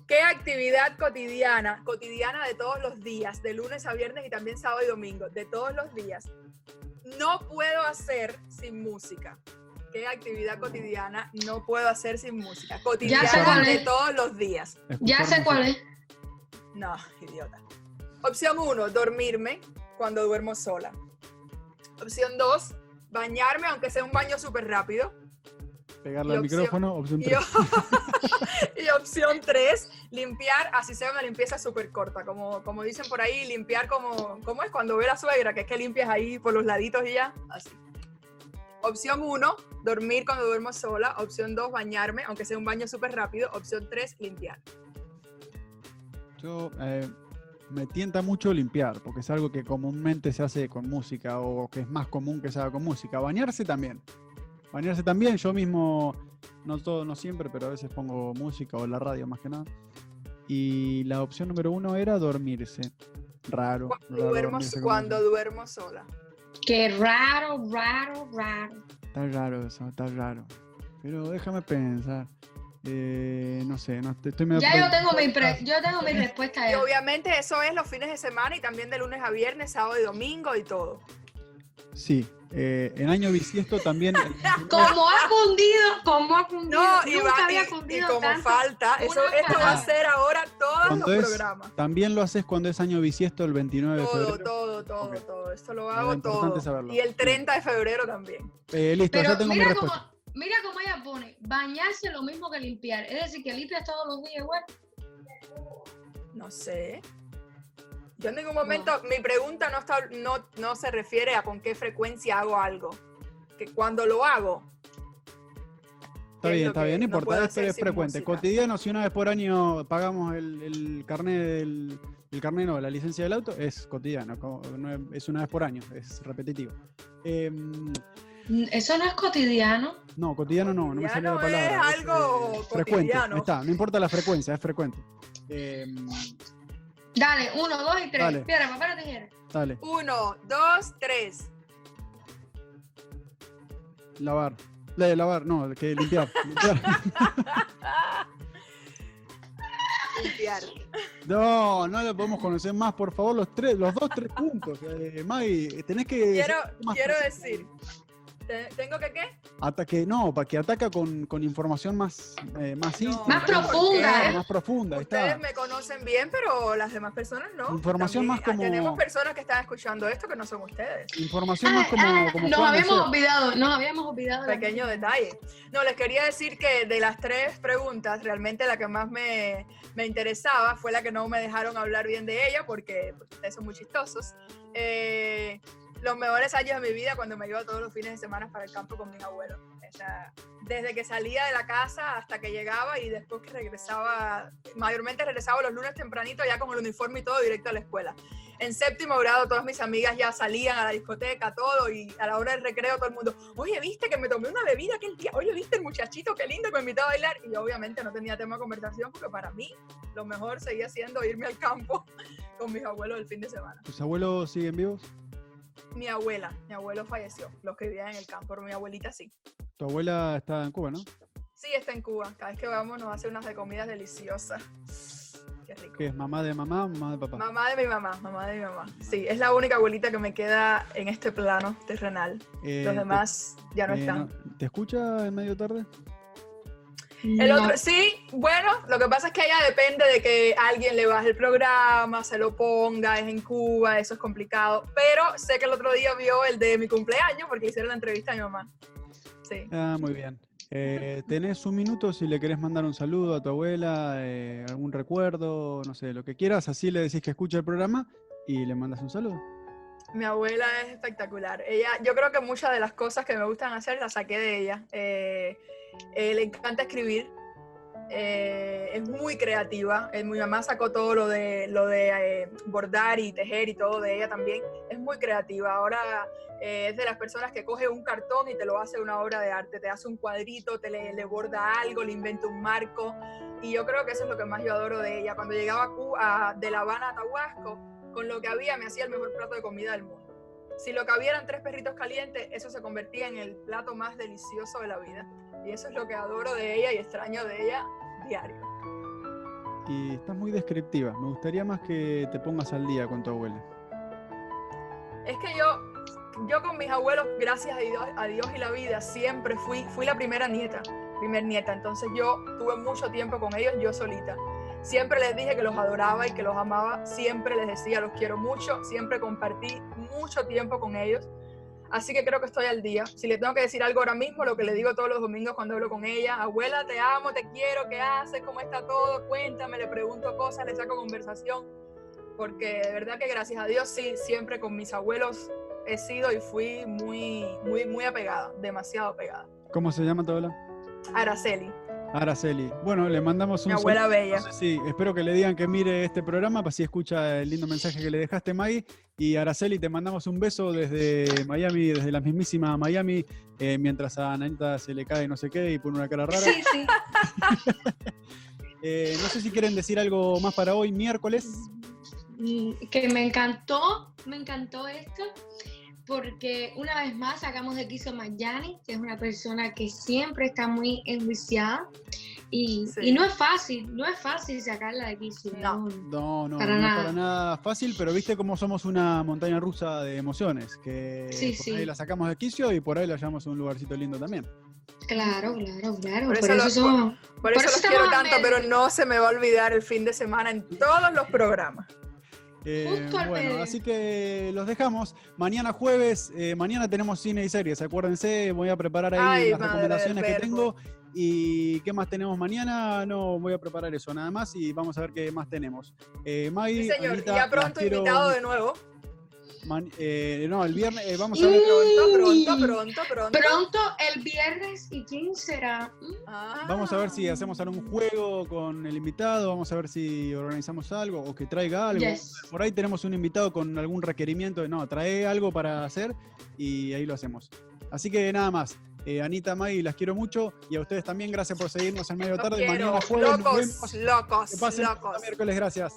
[SPEAKER 2] ¿Qué actividad cotidiana, cotidiana de todos los días, de lunes a viernes y también sábado y domingo, de todos los días, no puedo hacer sin música? ¿Qué actividad cotidiana no puedo hacer sin música?
[SPEAKER 1] sé
[SPEAKER 2] Cotidiana
[SPEAKER 1] cuál
[SPEAKER 2] de
[SPEAKER 3] es.
[SPEAKER 2] todos los días.
[SPEAKER 3] Ya sé cuál es.
[SPEAKER 2] No, idiota. Opción 1, dormirme cuando duermo sola. Opción 2, bañarme aunque sea un baño súper rápido.
[SPEAKER 1] Pegarle
[SPEAKER 2] Y
[SPEAKER 1] al
[SPEAKER 2] opción-
[SPEAKER 1] micrófono, opción
[SPEAKER 2] Y,
[SPEAKER 1] 3.
[SPEAKER 2] y opción 3, limpiar, así sea una limpieza súper corta, como, como dicen por ahí, limpiar como, como es cuando ve la suegra, que es que limpias ahí por los laditos y ya, así. Opción 1, dormir cuando duermo sola. Opción 2, bañarme, aunque sea un baño súper rápido. Opción 3, limpiar.
[SPEAKER 1] Yo, eh, me tienta mucho limpiar, porque es algo que comúnmente se hace con música o que es más común que se haga con música. Bañarse también. Bañarse también, yo mismo, no todo, no siempre, pero a veces pongo música o la radio más que nada. Y la opción número uno era dormirse. Raro.
[SPEAKER 2] Cuando
[SPEAKER 1] raro
[SPEAKER 2] duermo,
[SPEAKER 1] dormirse con
[SPEAKER 2] cuando
[SPEAKER 1] música.
[SPEAKER 2] duermo sola.
[SPEAKER 3] Qué raro, raro, raro.
[SPEAKER 1] Está raro eso, está raro. Pero déjame pensar. Eh, no sé, no, estoy medio
[SPEAKER 3] Ya yo
[SPEAKER 1] perdido.
[SPEAKER 3] tengo mi, pre- yo tengo mi respuesta.
[SPEAKER 2] Y
[SPEAKER 3] ya.
[SPEAKER 2] obviamente eso es los fines de semana y también de lunes a viernes, sábado y domingo y todo.
[SPEAKER 1] Sí, eh, en año bisiesto también.
[SPEAKER 3] Como ha cundido, como ha cundido.
[SPEAKER 2] No, y,
[SPEAKER 3] Nunca
[SPEAKER 2] va-
[SPEAKER 3] había
[SPEAKER 2] y- y
[SPEAKER 3] cundido
[SPEAKER 2] como
[SPEAKER 3] tanto.
[SPEAKER 2] falta,
[SPEAKER 3] una
[SPEAKER 2] eso, esto va a
[SPEAKER 3] palabra.
[SPEAKER 2] ser ahora todos los
[SPEAKER 1] ¿Cuánto es?
[SPEAKER 2] programas.
[SPEAKER 1] También lo haces cuando es año bisiesto el 29 de
[SPEAKER 2] Todo,
[SPEAKER 1] febrero.
[SPEAKER 2] todo, todo,
[SPEAKER 1] Ok.
[SPEAKER 2] todo. Esto lo
[SPEAKER 1] Era
[SPEAKER 2] hago
[SPEAKER 1] importante
[SPEAKER 2] todo.
[SPEAKER 1] saberlo.
[SPEAKER 2] Y el 30 de febrero también.
[SPEAKER 1] Eh, listo,
[SPEAKER 3] Pero
[SPEAKER 1] ya tengo mi
[SPEAKER 3] mira cómo,
[SPEAKER 1] respuesta.
[SPEAKER 3] mira cómo ella pone, bañarse lo mismo que limpiar. Es decir, que limpias todos los días, güey.
[SPEAKER 2] No sé. Yo en ningún momento, mi pregunta no, está, no, no se refiere a con qué frecuencia hago algo. Que cuando lo hago,
[SPEAKER 1] Está
[SPEAKER 2] es
[SPEAKER 1] bien,
[SPEAKER 2] lo
[SPEAKER 1] está
[SPEAKER 2] que
[SPEAKER 1] bien, no
[SPEAKER 2] no
[SPEAKER 1] importa,
[SPEAKER 2] puedo
[SPEAKER 1] esto
[SPEAKER 2] hacer
[SPEAKER 1] es
[SPEAKER 2] sin
[SPEAKER 1] frecuente.
[SPEAKER 2] música.
[SPEAKER 1] Cotidiano, si una vez por año pagamos el, el carnet del. El carnet no, la licencia del auto es cotidiano, como- no es- es una vez por año, es repetitivo. Em,
[SPEAKER 3] Mm, Eso no es cotidiano.
[SPEAKER 1] No, cotidiano no, no me salió la palabra.
[SPEAKER 2] Cotidiano
[SPEAKER 1] eh,
[SPEAKER 2] es algo
[SPEAKER 1] frecuente.
[SPEAKER 2] cotidiano.
[SPEAKER 1] ahí está, no importa la frecuencia, es frecuente. Eh,
[SPEAKER 3] Dale, uno, dos y tres.
[SPEAKER 1] Dale.
[SPEAKER 3] Piedra, papel o tijera.
[SPEAKER 1] dale,
[SPEAKER 2] uno, dos, tres.
[SPEAKER 1] lavar. La- lavar, no, que limpiar. limpiar.
[SPEAKER 2] Limpiar.
[SPEAKER 1] No, no lo podemos conocer más, por favor, los tres, los dos, tres puntos. Eh, Maggie, tenés que. ser
[SPEAKER 2] Quiero,
[SPEAKER 1] más
[SPEAKER 2] quiero
[SPEAKER 1] precisa.
[SPEAKER 2] decir, te- ¿tengo que qué?
[SPEAKER 1] Ataque, no, para que ataca con, con información más, eh, más,
[SPEAKER 2] No,
[SPEAKER 1] íntima,
[SPEAKER 3] Más
[SPEAKER 2] ¿por
[SPEAKER 3] profunda, ¿eh?
[SPEAKER 2] qué?
[SPEAKER 1] Más profunda, ahí
[SPEAKER 2] Ustedes
[SPEAKER 1] está.
[SPEAKER 2] me conocen bien, pero las demás personas no.
[SPEAKER 1] Información más como-
[SPEAKER 2] Tenemos personas que están escuchando esto que no son ustedes.
[SPEAKER 1] Información más como.
[SPEAKER 3] Ah, ah,
[SPEAKER 1] como
[SPEAKER 3] nos
[SPEAKER 1] Juan
[SPEAKER 3] habíamos
[SPEAKER 1] decía.
[SPEAKER 3] olvidado, nos habíamos olvidado. de la-
[SPEAKER 2] Pequeño detalle. No, les quería decir que de las tres preguntas, realmente la que más me, me interesaba fue la que no me dejaron hablar bien de ella, porque porque ustedes son muy chistosos. Eh, los mejores años de mi vida cuando me iba todos los fines de semana para el campo con mi abuelo. Esa- desde que salía de la casa hasta que llegaba y después que regresaba, mayormente regresaba los lunes tempranito ya con el uniforme y todo directo a la escuela. En séptimo grado todas mis amigas ya salían a la discoteca, todo, y a la hora del recreo todo el mundo, oye, viste que me tomé una bebida aquel día, oye, viste el muchachito, qué lindo que me invitó a bailar, y yo, obviamente no tenía tema de conversación porque para mí lo mejor seguía siendo irme al campo con mis abuelos el fin de semana
[SPEAKER 1] ¿Tus abuelos siguen vivos?
[SPEAKER 2] mi abuela, mi abuelo falleció, los que vivían en el campo, pero mi abuelita sí.
[SPEAKER 1] Tu abuela está en Cuba, ¿no?
[SPEAKER 2] Sí, está en Cuba. Cada vez que vamos nos hace unas de comidas deliciosas. Qué rico.
[SPEAKER 1] ¿Qué es mamá de mamá o mamá de papá?
[SPEAKER 2] Mamá de mi mamá, mamá de mi mamá. Sí, es la única abuelita que me queda en este plano terrenal.
[SPEAKER 1] Eh,
[SPEAKER 2] Los
[SPEAKER 1] te-
[SPEAKER 2] demás ya no
[SPEAKER 1] eh,
[SPEAKER 2] están.
[SPEAKER 1] no- ¿Te escucha en medio tarde?
[SPEAKER 2] El
[SPEAKER 3] No,
[SPEAKER 2] otro, sí, bueno, lo que pasa es que ella depende de que alguien le baje el programa, se lo ponga, es en Cuba, eso es complicado. Pero sé que el otro día vio el de mi cumpleaños porque hicieron la entrevista a mi mamá. Sí.
[SPEAKER 1] Ah, muy bien. Eh, tenés un minuto si le querés mandar un saludo a tu abuela, eh, algún recuerdo, no sé, lo que quieras, así le decís que escucha el programa y le mandas un saludo.
[SPEAKER 2] Mi abuela es espectacular. Ella, yo creo que muchas de las cosas que me gustan hacer las saqué de ella. Eh, eh, le encanta escribir. eh, es muy creativa. Eh, mi mamá sacó todo lo de lo de eh, bordar y tejer y todo de ella también. Es muy creativa. Ahora eh, es de las personas que coge un cartón y te lo hace una obra de arte. Te hace un cuadrito, te le, le borda algo, le inventa un marco. Y yo creo que eso es lo que más yo adoro de ella. Cuando llegaba a Cu- a- de La Habana a Tahuasco, con lo que había me hacía el mejor plato de comida del mundo. Si lo que había eran tres perritos calientes, eso se convertía en el plato más delicioso de la vida. Y eso es lo que adoro de ella y extraño de ella diario.
[SPEAKER 1] Y estás muy descriptiva. Me gustaría más que te pongas al día con tu abuela.
[SPEAKER 2] Es que yo, yo con mis abuelos, gracias a Dios, a Dios y la vida, siempre fui, fui la primera nieta, primer nieta. Entonces yo tuve mucho tiempo con ellos yo solita. Siempre les dije que los adoraba y que los amaba. Siempre les decía los quiero mucho. Siempre compartí mucho tiempo con ellos. Así que creo que estoy al día. Si le tengo que decir algo ahora mismo, lo que le digo todos los domingos cuando hablo con ella, abuela, te amo, te quiero, ¿qué haces? ¿Cómo está todo? Cuéntame, le pregunto cosas, le saco conversación porque de verdad que gracias a Dios sí, siempre con mis abuelos he sido y fui muy, muy, muy apegada, demasiado apegada.
[SPEAKER 1] ¿Cómo se llama tu abuela?
[SPEAKER 2] Araceli,
[SPEAKER 1] Araceli. Bueno, le mandamos un
[SPEAKER 2] mi abuela bella.
[SPEAKER 1] Entonces, sí, espero que le digan que mire este programa, para así escucha el lindo mensaje que le dejaste, Maggie. Y Araceli, te mandamos un beso desde Miami, desde la mismísima Miami, eh, mientras a Nanita se le cae no sé qué y pone una cara rara.
[SPEAKER 3] Sí, sí.
[SPEAKER 1] Eh, no sé si quieren decir algo más para hoy, miércoles.
[SPEAKER 3] Mm, que me encantó, me encantó esto, porque una vez más sacamos de quiso Mayani, que es una persona que siempre está muy enjuiciada y,
[SPEAKER 2] Sí.
[SPEAKER 3] y no es fácil, no es fácil sacarla de quiso.
[SPEAKER 2] No.
[SPEAKER 1] No, no,
[SPEAKER 3] Para
[SPEAKER 1] no es
[SPEAKER 3] nada.
[SPEAKER 1] para nada fácil, pero viste cómo somos una montaña rusa de emociones, que
[SPEAKER 3] Sí,
[SPEAKER 1] por
[SPEAKER 3] sí.
[SPEAKER 1] ahí la sacamos de quicio y por ahí la llevamos a un lugarcito lindo también.
[SPEAKER 3] Claro, claro, claro.
[SPEAKER 2] Por
[SPEAKER 3] Por,
[SPEAKER 2] eso
[SPEAKER 3] eso,
[SPEAKER 2] lo-
[SPEAKER 3] somos-
[SPEAKER 2] Por eso
[SPEAKER 3] eso
[SPEAKER 2] los
[SPEAKER 3] estamos
[SPEAKER 2] quiero
[SPEAKER 3] a
[SPEAKER 2] tanto,
[SPEAKER 3] medio.
[SPEAKER 2] pero no se me va a olvidar el fin de semana en todos los programas.
[SPEAKER 1] Eh,
[SPEAKER 3] Justo al
[SPEAKER 1] bueno,
[SPEAKER 3] medio.
[SPEAKER 1] así que los dejamos. Mañana jueves, eh, mañana tenemos cine y series, acuérdense, voy a preparar ahí
[SPEAKER 2] Ay,
[SPEAKER 1] las
[SPEAKER 2] madre
[SPEAKER 1] recomendaciones
[SPEAKER 2] del
[SPEAKER 1] que
[SPEAKER 2] verbo.
[SPEAKER 1] tengo. ¿Y qué más tenemos mañana? No, voy a preparar eso nada más y vamos a ver qué más tenemos. Eh, Maggie,
[SPEAKER 2] Sí, señor.
[SPEAKER 1] Anita,
[SPEAKER 2] y ya
[SPEAKER 1] las
[SPEAKER 2] pronto
[SPEAKER 1] quiero-
[SPEAKER 2] invitado de nuevo.
[SPEAKER 1] man- eh, no, el viernes eh, vamos a ver.
[SPEAKER 2] Pronto,
[SPEAKER 3] Mm.
[SPEAKER 2] pronto, pronto, pronto.
[SPEAKER 3] Pronto, el viernes, ¿y quién será? Mm,
[SPEAKER 2] Ah.
[SPEAKER 1] Vamos a ver si hacemos algún juego con el invitado, vamos a ver si organizamos algo o que traiga algo.
[SPEAKER 3] yes.
[SPEAKER 1] Por ahí tenemos un invitado con algún requerimiento de no, trae algo para hacer y ahí lo hacemos. Así que nada más. Eh, Anita, May, las quiero mucho y a ustedes también. Gracias por seguirnos en medio
[SPEAKER 2] Los
[SPEAKER 1] tarde.
[SPEAKER 2] quiero.
[SPEAKER 1] Mañana jueves. nos
[SPEAKER 2] Locos,
[SPEAKER 1] vemos.
[SPEAKER 2] locos,
[SPEAKER 1] Que pasen
[SPEAKER 2] locos.
[SPEAKER 1] miércoles. Gracias.